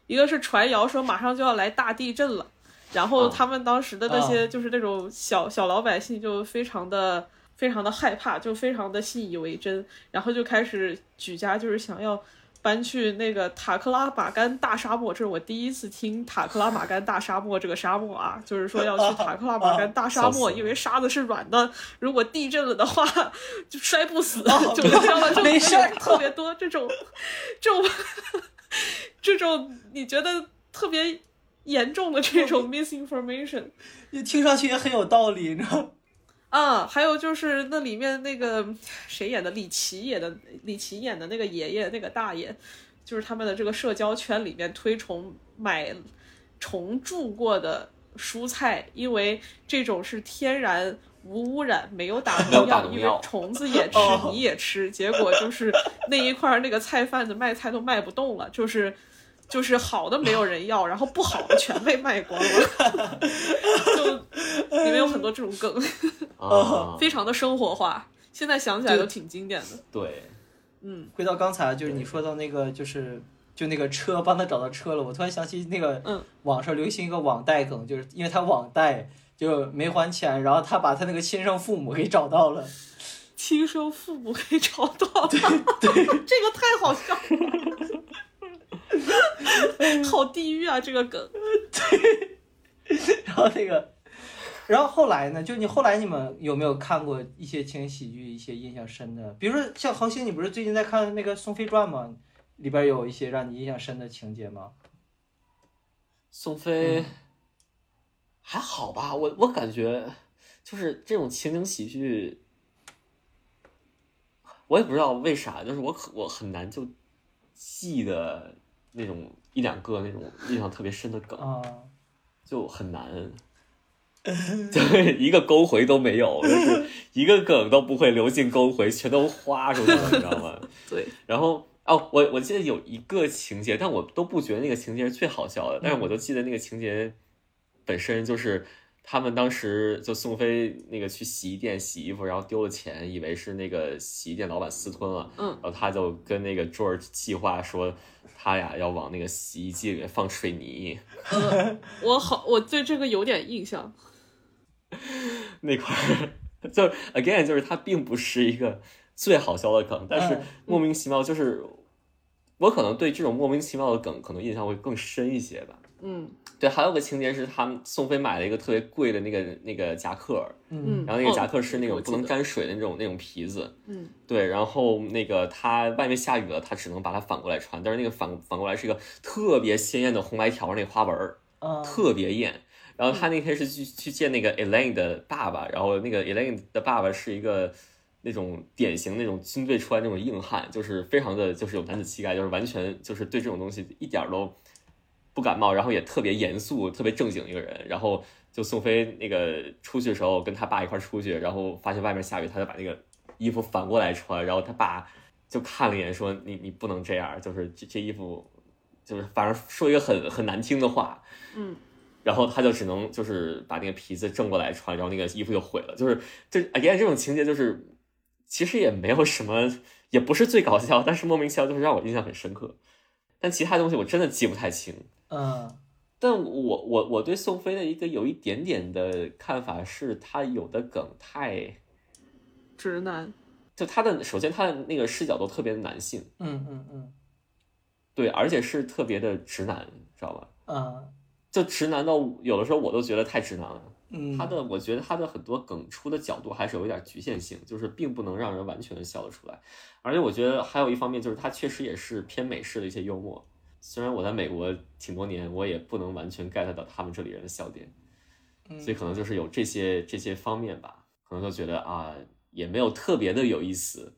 S2: 一个是传谣说马上就要来大地震了，然后
S4: 嗯
S2: 他们当时的那
S1: 啊
S2: 些就是那种小小老百姓就非常的。非常的害怕，就非常的信以为真，然后就开始举家就是想要搬去那个塔克拉玛干大沙漠。这是我第一次听塔克拉玛干大沙漠这个沙漠啊，就是说要去塔克拉玛干大沙漠，
S4: 笑死
S2: 因为沙子是软的，如果地震了的话，就摔不死，就你知道吗？就
S1: 哦没事儿
S2: 有特别多这种，这种，这种你觉得特别严重的这种 misinformation
S1: 也听上去也很有道理，你知道吗？
S2: 啊，还有就是那里面那个谁演的，李琦演的，李琦演的那个爷爷那个大爷，就是他们的这个社交圈里面推崇买重贮过的蔬菜，因为这种是天然。无污染，没有打
S4: 没有
S2: 农
S4: 打
S2: 药，
S4: 农
S2: 因
S4: 药
S2: 为虫子也吃，
S1: 哦
S2: 你也吃，结果就是那一块儿那个菜贩子卖菜都卖不动了，就是就是好的没有人要，然后不好的全被卖光了， 就里面有很多这种梗。
S4: 啊，
S2: 呃非常的生活化，现在想起来都挺经典的。
S4: 对，
S2: 嗯
S1: 回到刚才，就是你说到那个，就是就那个车帮他找到车了，我突然想起那个，
S2: 嗯，
S1: 网上流行一个网贷梗，就是因为他网贷就没还钱，然后他把他那个亲生父母给找到了，
S2: 亲生父母可以找到，对 这个太好笑了， 好地狱啊！这个梗，
S1: 然后那个，然后后来呢，就你后来你们有没有看过一些情景喜剧，一些印象深的？比如说像恒星，你不是最近在看那个《宋飞传》吗？里边有一些让你印象深的情节吗？
S4: 宋飞、
S2: 嗯
S4: 还好吧，我我感觉就是这种情景喜剧，我也不知道为啥，就是我可我很难就记得那种一两个那种印象特别深的梗，
S1: 啊、
S4: 就很难。 对，一个勾回都 没有，就是一个梗都不会流进勾回，全都花出去了，你知道吗？
S2: 对，
S4: 然后哦，我我记得有一个情节，但我都不觉得那个情节是最好
S2: 嗯
S4: 笑的，但是我就记得那个情节本身就是他们当时就宋飞那个去洗衣店洗衣服，然后丢了钱，以为是那个洗衣店老板私吞了，
S2: 嗯，
S4: 然后他就跟那个 George 计划说他俩要往那个洗衣机里面放水泥，
S2: 呃我好，我对这个有点印象。
S4: 那块儿，就是 again，就是它并不是一个最好笑的梗，但是
S1: 嗯
S4: 莫名其妙就是，我可能对这种莫名其妙的梗可能印象会更深一些吧。
S2: 嗯
S4: 对，还有个情节是他们宋飞买了一个特别贵的那个那个夹克，
S1: 嗯
S2: 嗯，
S4: 然后那个夹克
S2: 哦
S4: 是那种
S2: 我记
S4: 不能
S2: 得
S4: 沾水的那种那种皮子。
S2: 嗯，
S4: 对，然后那个他外面下雨了，他只能把它反过来穿，但是那个反反过来是一个特别鲜艳的红白条那个花纹儿。
S1: 啊，
S4: 特别艳。然后他那天是去去见那个 Elaine 的爸爸，然后那个 Elaine 的爸爸是一个那种典型那种军队出来那种硬汉，就是非常的就是有男子气概，就是完全就是对这种东西一点儿都不感冒，然后也特别严肃、特别正经一个人。然后就宋飞那个出去的时候跟他爸一块儿出去，然后发现外面下雨，他就把那个衣服反过来穿，然后他爸就看了一眼说：“你你不能这样，就是这这衣服。”就是反正说一个很很难听的话，
S2: 嗯
S4: 然后他就只能就是把那个皮子正过来穿，然后那个衣服就毁了。就是这 again 这种情节就是其实也没有什么，也不是最搞笑，但是莫名其妙就是让我印象很深刻。但其他东西我真的记不太清。
S1: 嗯
S4: 但我我我对宋飞的一个有一点点的看法是，他有的梗太，
S2: 直男，
S4: 就他的首先他的那个视角都特别男性，
S1: 嗯嗯嗯
S4: 对，而且是特别的直男，你知道吧？
S1: 嗯
S4: 就直男到有的时候我都觉得太直男了。
S1: 嗯，
S4: 他的我觉得他的很多梗出的角度还是有一点局限性，就是并不能让人完全的笑得出来。而且我觉得还有一方面就是他确实也是偏美式的一些幽默，虽然我在美国挺多年，我也不能完全 get 到他们这里人的笑点，
S1: 嗯
S4: 所以可能就是有这些这些方面吧，可能就觉得啊也没有特别的有意思。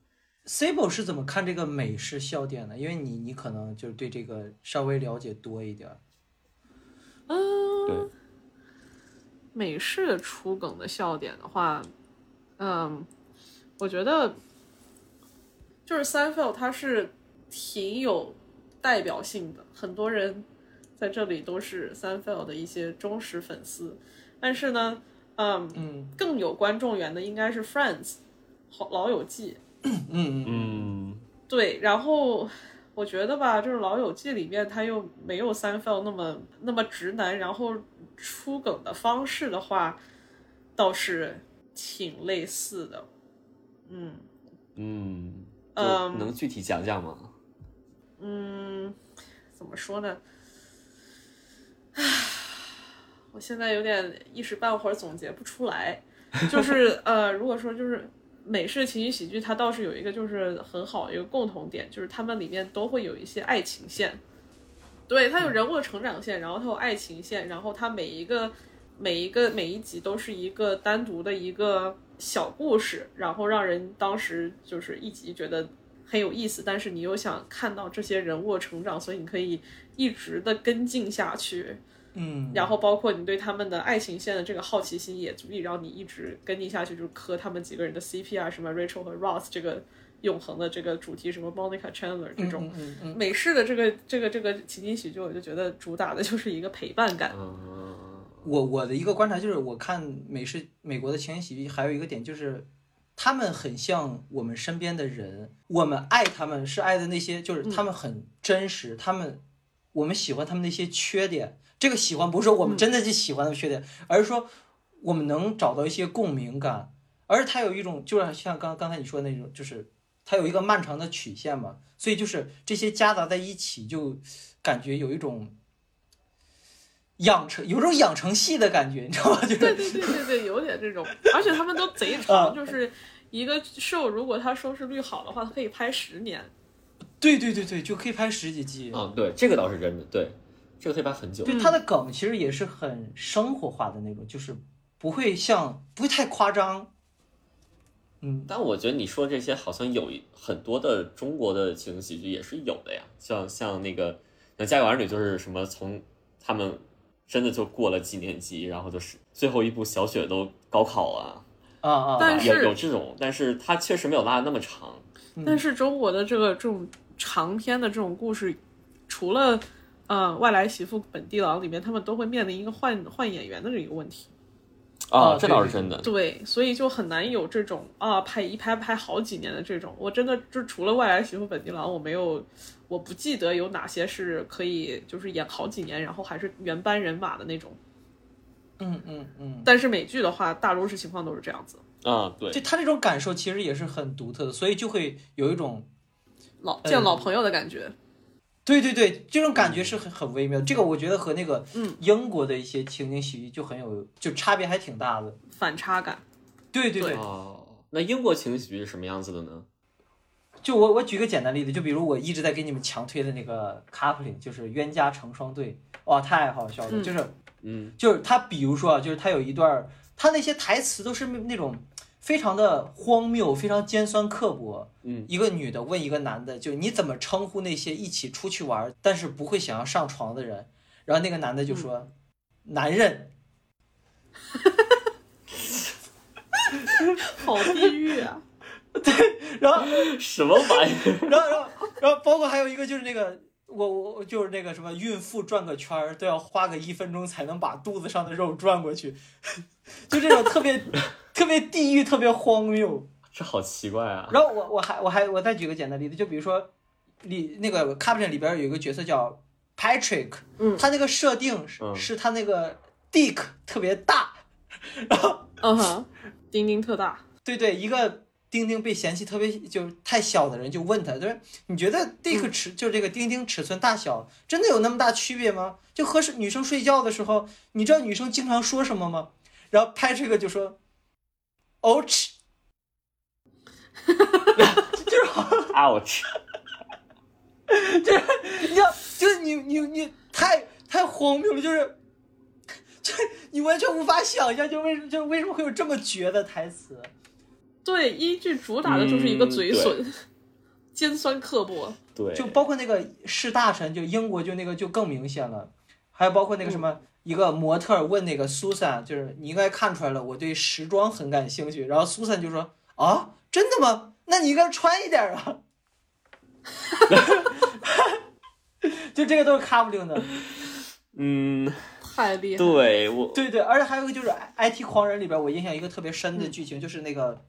S1: Sable 是怎么看这个美式笑点的？因为你你可能就是对这个稍微了解多一点儿。
S2: 嗯，
S4: 对，
S2: 美式的出梗的笑点的话，嗯，我觉得就是 Seinfeld 它是挺有代表性的，很多人在这里都是 Seinfeld 的一些忠实粉丝。但是呢，嗯，
S1: 嗯
S2: 更有观众缘的应该是 Friends，好老友记。
S1: 嗯嗯
S4: 嗯，
S2: 对，然后我觉得吧，就是《老友记》里面他又没有三 f 那么那么直男，然后出梗的方式的话，倒是挺类似的。嗯
S4: 嗯，就
S2: 嗯
S4: 能具体讲讲吗？
S2: 嗯，怎么说呢？唉，我现在有点一时半会儿总结不出来。就是呃，如果说就是美式情景喜剧，它倒是有一个就是很好的一个共同点，就是他们里面都会有一些爱情线。对，它有人物的成长线，然后它有爱情线，然后它每一个每一个每一集都是一个单独的一个小故事，然后让人当时就是一集觉得很有意思，但是你又想看到这些人物的成长，所以你可以一直的跟进下去。
S1: 嗯，
S2: 然后包括你对他们的爱情线的这个好奇心，也足以让你一直跟进下去，就是磕他们几个人的 CP 啊，什么 Rachel 和 Ross 这个永恒的这个主题，什么 Monica Chandler 这种。
S1: 嗯嗯嗯
S2: 美式的这个这个这个情景喜剧，我就觉得主打的就是一个陪伴感。
S4: 嗯，
S1: 我我的一个观察就是，我看美式美国的情景喜剧还有一个点就是，他们很像我们身边的人，我们爱他们是爱的那些，就是
S2: 嗯
S1: 他们很真实，他们我们喜欢他们那些缺点。这个喜欢不是说我们真的就喜欢他们缺点，而是说我们能找到一些共鸣感，而他有一种就是像刚刚才你说的那种，就是它有一个漫长的曲线嘛，所以就是这些夹杂在一起，就感觉有一种。养成有种养成系的感觉，你知道吗？就是
S2: 对对对对对，有点这种，而且他们都贼
S1: 啊
S2: 长，就是一个 show，如果它收视率好的话，它可以拍十年。
S1: 对对对对，就可以拍十几
S2: 哦
S1: 集。
S4: 啊，对，这个倒是真的，对，这个可以拍很久。
S2: 嗯
S1: 对，它的梗其实也是很生活化的那种，就是不会像不会太夸张。嗯
S4: 但我觉得你说这些好像有一很多的中国的情景喜剧也是有的呀，像像那个像《家有儿女》就是什么从他们真的就过了几年级，然后就是最后一步小雪都高考了，
S1: 啊啊，
S2: 但是
S4: 有有这种，但是它确实没有拉的那么长。
S2: 但是中国的这个这种长篇的这种故事，除了呃外来媳妇本地郎里面，他们都会面临一个换换演员的这个问题。
S1: 啊
S4: 这倒是真的。
S2: 对，所以就很难有这种啊拍一拍拍好几年的这种。我真的就除了外来媳妇本地郎，我没有，我不记得有哪些是可以就是演好几年，然后还是原班人马的那种。
S1: 嗯嗯嗯，
S2: 但是美剧的话，大多数情况都是这样子，
S4: 啊，对，
S1: 就他这种感受其实也是很独特的，所以就会有一种
S2: 老见
S4: 嗯
S2: 老朋友的感觉。
S1: 对对对，这种感觉是很很微妙。这个我觉得和那个
S2: 嗯
S1: 英国的一些情景喜剧就很有，就差别还挺大的。
S2: 反差感，
S1: 对对
S2: 对
S4: 哦，那英国情景喜剧是什么样子的 呢？
S1: 就我我举个简单例子，就比如我一直在给你们强推的那个 coupling，就是冤家成双对，哇，太好笑了！
S2: 嗯
S1: 就是
S4: 嗯
S1: 就是他，比如说啊，就是他有一段儿，他那些台词都是那种非常的荒谬，非常尖酸刻薄。
S4: 嗯，
S1: 一个女的问一个男的，就你怎么称呼那些一起出去玩儿但是不会想要上床的人？然后那个男的就说：“男人。
S2: 好地狱啊！”
S1: 然后
S4: 什么玩意儿？
S1: 然后，然后，然后，包括还有一个就是那个，我我我就是那个什么，孕妇转个圈儿都要花个一分钟才能把肚子上 的肉转过去，就这种特别特别地狱、特别荒谬。
S4: 这好奇怪啊！
S1: 然后我我还我还我再举个简单例子，就比如说里那个 Captain 里边有一个角色叫 Patrick，
S2: 嗯
S1: 他那个设定是、
S4: 嗯
S1: 是他那个 Dick 特别大，然后
S2: 嗯哼，丁丁特大，
S1: 对对，一个丁丁被嫌弃特别就是太小的人，就问他，就是你觉得 Dick 尺、就这个丁丁尺寸大小真的有那么大区别吗？就和是女生睡觉的时候，你知道女生经常说什么吗？然后 Patrick 就说，ouch，就是好，
S4: ouch，
S1: 你知道，就是你你你太太荒谬了，就是。 就是你完全无法想象，就为什就为什么会有这么绝的台词？
S2: 对，一剧主打的就是一个嘴
S4: 嗯
S2: 损， 尖酸刻薄，
S4: 对，
S1: 就包括那个士大臣，就英国就那个就更明显了，还有包括那个什么。一个模特问那个苏珊，就是你应该看出来了，我对时装很感兴趣。然后苏珊就说：“啊，真的吗？那你应该穿一点儿啊。” 就这个都是 coupling 的，
S4: 嗯，
S2: 太厉害了。
S4: 对我
S1: 对对，而且还有一个就是 IT 狂人里边，我印象一个特别深的剧情，就是那个，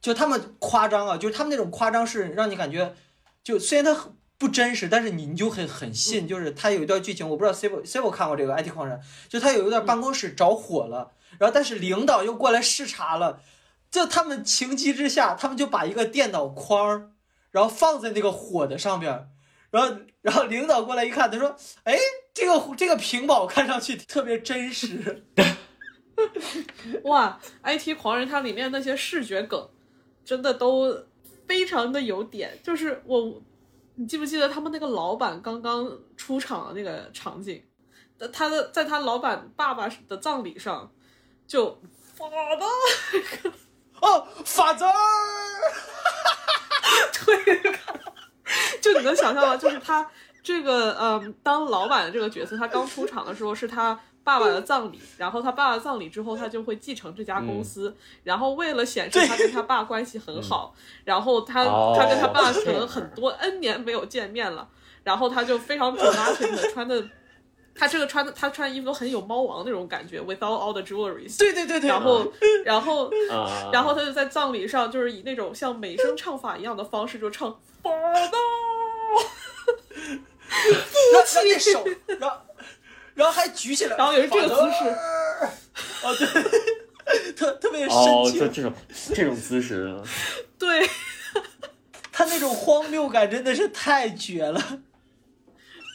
S1: 就他们夸张啊，就是他们那种夸张是让你感觉，就虽然它很不真实，但是你你就很很信。就是他有一段剧情，我不知道 c i v o c i v o 看过这个 IT 狂人，就他有一段办公室着火了，然后但是领导又过来视察了，就他们情急之下，他们就把一个电脑框儿，然后放在那个火的上边儿，然后然后领导过来一看，他说：“哎，这个这个屏保看上去特别真实。
S2: 哇，IT 狂人它里面那些视觉梗，真的都非常的有点。就是我，你记不记得他们那个老板刚刚出场的那个场景？呃他的在他老板爸爸的葬礼上，就法的
S1: 哦，法则儿，
S2: 对，就你能想象吗？就是他这个嗯，当老板的这个角色，他刚出场的时候是他爸爸的葬礼，然后他爸爸葬礼之后，他就会继承这家公司，然后为了显示他跟他爸关系很好，然后他、
S4: 哦
S2: 他跟他爸可
S1: 这样
S2: 能很多 N 年没有见面了，然后他就非常 dramatic 的穿的。他这个穿的，他穿的衣服都很有猫王那种感觉，without all the jewelry。
S1: 对对对对，啊
S2: 然后，然后
S4: 啊，
S2: 然后他就在葬礼上，就是以那种像美声唱法一样的方式，就唱《法刀》。
S1: 然后那手，然后然后还举起来，
S2: 然后有这个姿势
S1: 势，哦对， 特特别
S4: 哦，
S1: 深
S4: 这
S1: 情，
S4: 这种这种姿势，啊
S2: 对，
S1: 他那种荒谬感真的是太绝了。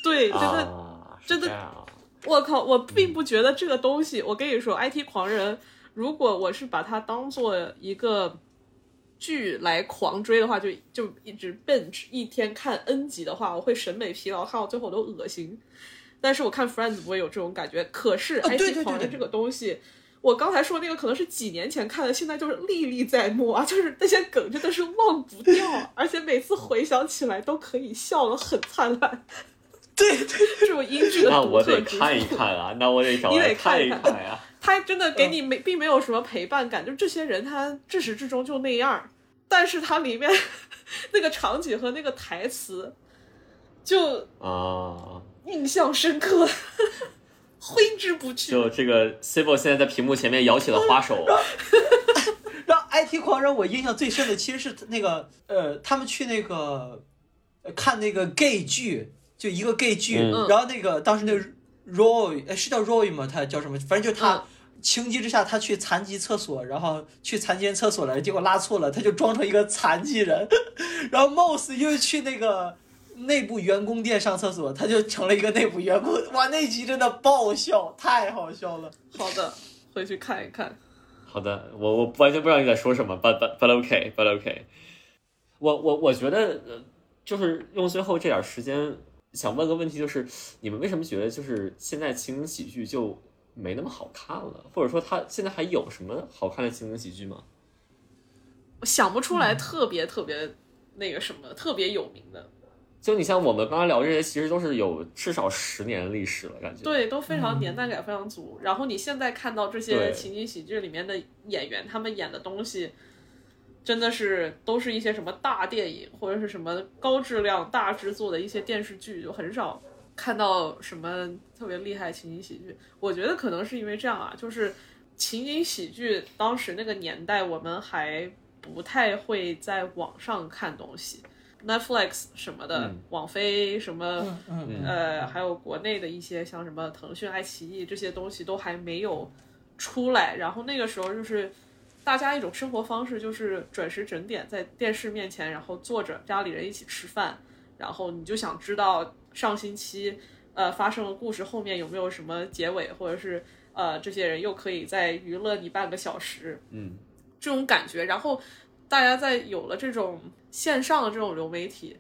S2: 对， 真的，
S4: 啊，是
S2: 真的
S4: 这样啊
S2: 我靠，我并不觉得这个东西。我跟你说，《IT 狂人》，如果我是把它当做一个剧来狂追的话，就就一直 binge 一天看 N 集的话，我会审美疲劳，看到最后都恶心。但是我看 Friends 不会有这种感觉。可是
S1: 啊对对
S2: IT 狂
S1: 对对
S2: 人这个东西，我刚才说那个可能是几年前看的，现在就是历历在目啊，就是那些梗真的是忘不掉，啊而且每次回想起来都可以笑得很灿烂。
S1: 对对，
S2: 这 是我英剧的
S4: 那
S2: 独
S4: 我
S2: 特
S4: 得
S2: 之处。
S4: 看一看 啊，那我得找
S2: 你
S4: 来
S2: 得看
S4: 一
S2: 一
S4: 看
S2: 看
S4: 呀。
S2: 他真的
S1: 嗯
S2: 给你没并没有什么陪伴感，就这些人他至始至终就那样儿，但是他里面 那个场景和那个台词就
S4: 啊，
S2: 印象深刻， 挥之不去。
S4: 就这个 Cibo 现在在屏幕前面摇起了花手，啊
S1: 然后 IT 狂人我印象最深的其实是那个呃，他们去那个呃看那个 gay 剧，就一个 gay 剧，
S4: 嗯
S1: 然后那个当时那个 Roy 呃是叫 Roy 吗？他叫什么？反正就是他。
S2: 嗯
S1: 情急之下，他去残疾厕所，然后去残疾人厕所了，结果拉错了，他就装成一个残疾人。 然后 Moss 又去那个内部员工店上厕所，他就成了一个内部员工。哇，那集真的爆笑，太好笑了。
S2: 好的，回去看一看。
S4: 好的，我我完全不知道你在说什么，but but but OK but OK。我我我觉得，呃，就是用最后这点时间，想问个问题，就是你们为什么觉得就是现在情景喜剧就没那么好看了？或者说，它现在还有什么好看的情景喜剧吗？
S2: 我想不出来特别特别那个什么特别有名的，
S4: 就你像我们刚才聊这些，其实都是有至少十年的历史了，感觉。
S2: 对，都非
S1: 嗯
S2: 常年代感非常足。然后你现在看到这
S4: 对
S2: 些情景喜剧里面的演员，他们演的东西，真的是都是一些什么大电影或者是什么高质量大制作的一些电视剧，就很少看到什么特别厉害的情景喜剧。我觉得可能是因为这样啊，就是情景喜剧当时那个年代，我们还不太会在网上看东西，Netflix 什么的，
S4: 嗯
S2: 网飞什么，
S1: 嗯嗯
S2: 呃，还有国内的一些像什么腾讯、爱奇艺这些东西都还没有出来。然后那个时候就是大家一种生活方式，就是准时准点在电视面前，然后坐着家里人一起吃饭，然后你就想知道上星期呃发生的故事后面有没有什么结尾，或者是呃这些人又可以再娱乐你半个小时。
S4: 嗯，
S2: 这种感觉。然后大家在有了这种线上的这种流媒体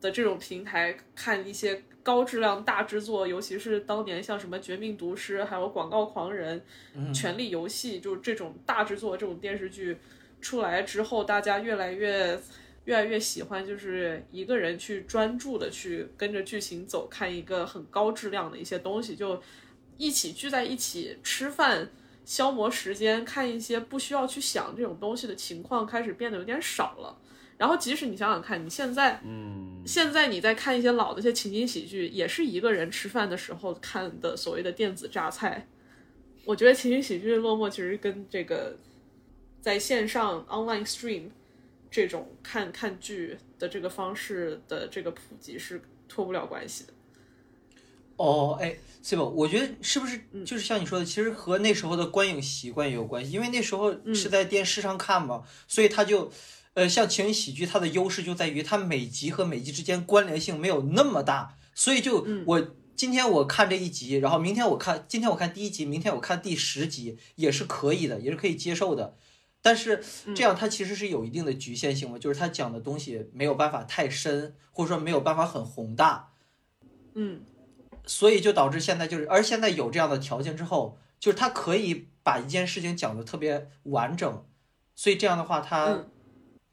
S2: 的这种平台，看一些高质量大制作，尤其是当年像什么《绝命毒师》、还有《广告狂人》
S1: 嗯，
S2: 权力游戏》，就是这种大制作这种电视剧出来之后，大家越来越。越来越喜欢就是一个人去专注的去跟着剧情走，看一个很高质量的一些东西，就一起聚在一起吃饭，消磨时间，看一些不需要去想这种东西的情况开始变得有点少了。然后，即使你想想看，你现在，嗯，现在你在看一些老的一些情景喜剧，也是一个人吃饭的时候看的所谓的电子榨菜。我觉得情景喜剧的落寞其实跟这个在线上 online stream 这种看看剧的这个方式的这个普及是脱不了关系的。
S1: 哦，哎 s i b o 我觉得是不是就是像你说的，其实和那时候的观影习惯也有关系，因为那时候是在电视上看嘛，所以它就，呃，像情景喜剧，它的优势就在于它每集和每集之间关联性没有那么大，所以就我今天我看这一集，然后明天我看，今天我看第一集，明天我看第十集也是可以的，也是可以接受的。但是这样它其实是有一定的局限性嘛，就是它讲的东西没有办法太深，或者说没有办法很宏大。
S2: 嗯，
S1: 所以就导致现在就是，而现在有这样的条件之后，就是他可以把一件事情讲得特别完整，所以这样的话，他
S2: 嗯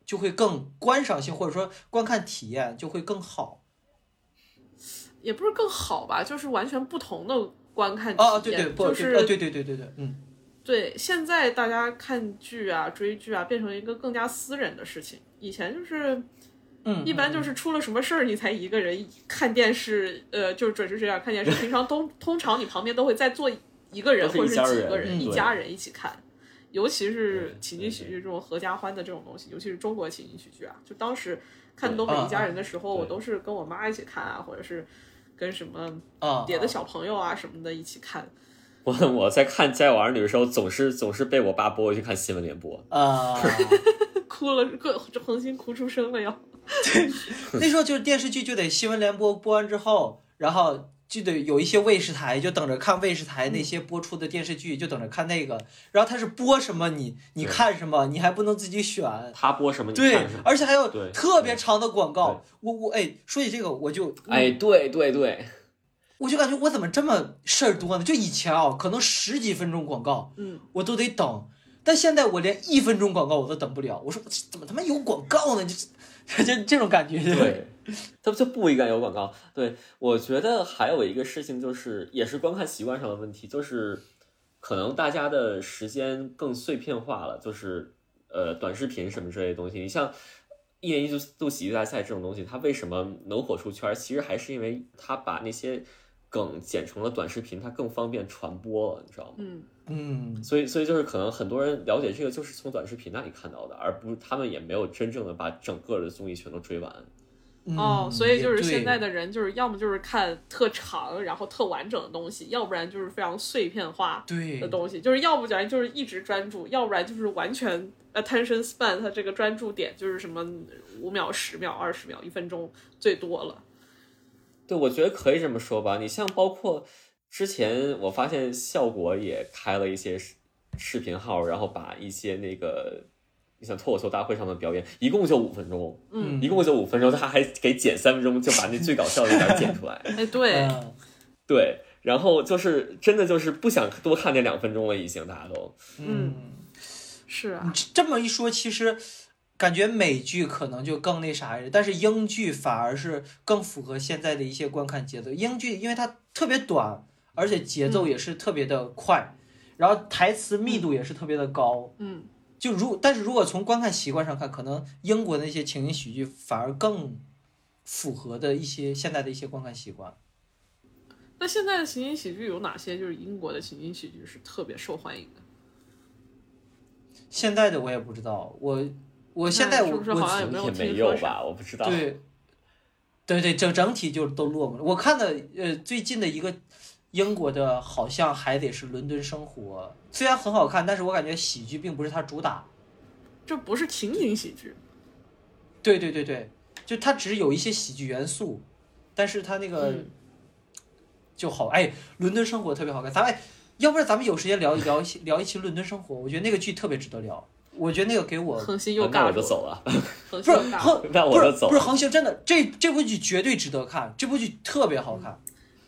S1: 就会更观赏性或者说观看体验就会更好。
S2: 也不是更好吧，就是完全不同的观看体验。
S1: 哦，对对，不，
S2: 就
S1: 对
S2: 是
S1: 呃对对对对对，嗯
S2: 对，现在大家看剧啊、追剧啊，变成一个更加私人的事情。以前就是
S1: 嗯，
S2: 一般就是出了什么事儿，你才一个人看电视，呃，就是准时这样看电视。平常通通常你旁边都会再坐一个人
S4: 都
S2: 或
S4: 是
S2: 者
S4: 一家
S2: 是几
S4: 人
S2: 个人，
S1: 嗯
S2: 一
S4: 对
S2: 家人一起看。尤其是
S4: 对
S2: 情景喜
S4: 对
S2: 剧这种合家欢的这种东西，尤其是中国情景喜剧啊，就当时看
S4: 对
S2: 东北
S1: 啊
S2: 一家人的时候，
S4: 啊
S2: 我
S4: 对
S2: 都是跟我妈一起看啊，或者是跟什么
S1: 啊，
S2: 别的小朋友啊什么的一起看。
S4: 我我在看《家有儿女》的时候，总是总是被我爸拨回去看新闻联播。
S1: 啊，
S2: 哭了，哭这恒星哭出声了要。
S1: 那时候就是电视剧就得新闻联播播完之后，然后就得有一些卫视台就等着看卫视台那
S2: 嗯
S1: 些播出的电视剧，就等着看那个，然后它是播什么你你看什么，你还不能自己选，
S4: 他播什么你
S1: 对
S4: 看什，么。
S1: 而且还有
S4: 对
S1: 特别长的广告。我我哎，说起这个，我就
S4: 哎，对对对，
S1: 我就感觉我怎么这么事儿多呢？就以前啊，可能十几分钟广告
S2: 嗯，
S1: 我都得等，但现在我连一分钟广告我都等不了。我说我这怎么他妈有广告呢？这 就这种感觉。，
S4: 对，它就不应该有广告。对我觉得还有一个事情就是，也是观看习惯上的问题，就是可能大家的时间更碎片化了，就是呃短视频什么之类的东西。你像一年一度度喜剧大赛这种东西，它为什么能火出圈儿？其实还是因为它把那些梗剪成了短视频，它更方便传播了，你知道吗？
S2: 嗯，
S1: 嗯，
S4: 所以，所以就是可能很多人了解这个，就是从短视频那里看到的，而不是他们也没有真正的把整个的综艺全都追完。
S1: 嗯
S2: 哦，所以就是
S1: 也对
S2: 现在的人，就是要么就是看特长，然后特完整的东西，要不然就是非常碎片化
S1: 对
S2: 的东西，就是要不然就是一直专注，要不然就是完全 attention span，它这个专注点就是什么五秒、十秒、二十秒、一分钟最多了。
S4: 对，我觉得可以这么说吧。你像包括之前，我发现效果也开了一些视视频号，然后把一些那个，你像脱口秀大会上的表演，一共就五分钟，
S2: 嗯
S4: 一共就五分钟，他还给剪三分钟，就把那最搞笑的一点剪出来。
S2: 哎，对，
S1: 嗯
S4: 对，然后就是真的就是不想多看那两分钟了，已经大家都。
S1: 嗯，
S2: 是啊
S1: 你，这这么一说，其实。感觉美剧可能就更那啥一点，但是英剧反而是更符合现在的一些观看节奏。英剧因为它特别短，而且节
S2: 嗯
S1: 奏也是特别的快，然后台词密度也是特别的高。
S2: 嗯，
S1: 就如但是如果从观看习惯上看，可能英国的一些情景喜剧反而更符合的一些现在的一些观看习惯。
S2: 那现在的情景喜剧有哪些？就是英国的情景喜剧是特别受欢迎的？
S1: 现在的我也不知道，我我现在
S2: 那是
S1: 我
S2: 不是好像也哎没有
S4: 也没
S2: 听
S4: 有
S2: 说啥？
S4: 吧？我不知
S1: 我
S4: 道。
S1: 对对对整整体就都落寞了。我看的呃最近的一个英国的，好像还得是《伦敦生活》，虽然很好看，但是我感觉喜剧并不是它主打。
S2: 这不是情景喜剧，
S1: 对对对对，就它只有一些喜剧元素，但是它那个。
S2: 嗯
S1: 就好。哎，伦敦生活特别好看，咱们哎要不然咱们有时间聊一聊一期聊一期伦敦生活，我觉得那个剧特别值得聊。我觉得那个给我
S2: 恒星又
S4: 啊那
S2: 尬
S4: 我
S2: 住
S4: 就
S2: 了，
S4: 走了，
S2: 恒
S1: 不
S2: 星
S1: 是
S2: 又尬住了。
S1: 恒
S4: 那我
S1: 不
S4: 就是走
S1: 不是恒星真的这这部剧绝对值得看，这部剧特别好看。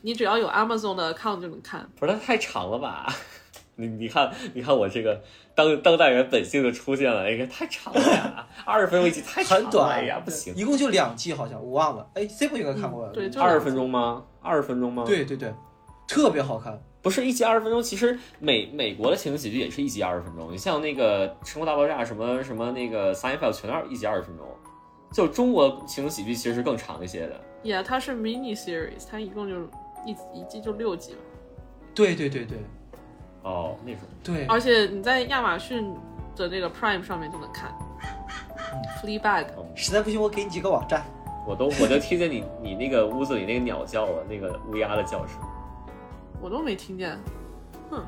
S2: 你只要有 Amazon 的 account 就能看。
S4: 不是它太长了吧？ 你你看，你看我这个当当代人本性就出现了，哎呀，太长了呀，二十分钟一集太长
S1: 很
S4: 了，
S1: 短，
S4: 哎呀，不行，
S1: 一共就两季，好像我忘了。哎，C 部应该看过吧？
S2: 嗯对就
S4: 二十分钟吗？二十分钟吗？，
S1: 对对对，特别好看。
S4: 不是一集二十分钟，其实美美国的情景喜剧也是一集二十分钟。你像那个《生活大爆炸》什么什么那个《Seinfeld》全都是一集二十分钟。就中国情景喜剧其实是更长一些的，
S2: 也、它是 mini series，它一共就一一季就六集吧。
S1: 对对对对
S4: 哦，那种
S1: 对，
S2: 而且你在亚马逊的那个 Prime 上面就能看。Fleabag，
S1: 实在不行我给你几个网站。
S4: 我都我就听见你你那个屋子里那个鸟叫了，那个乌鸦的叫声。
S2: 我都没听见。哼，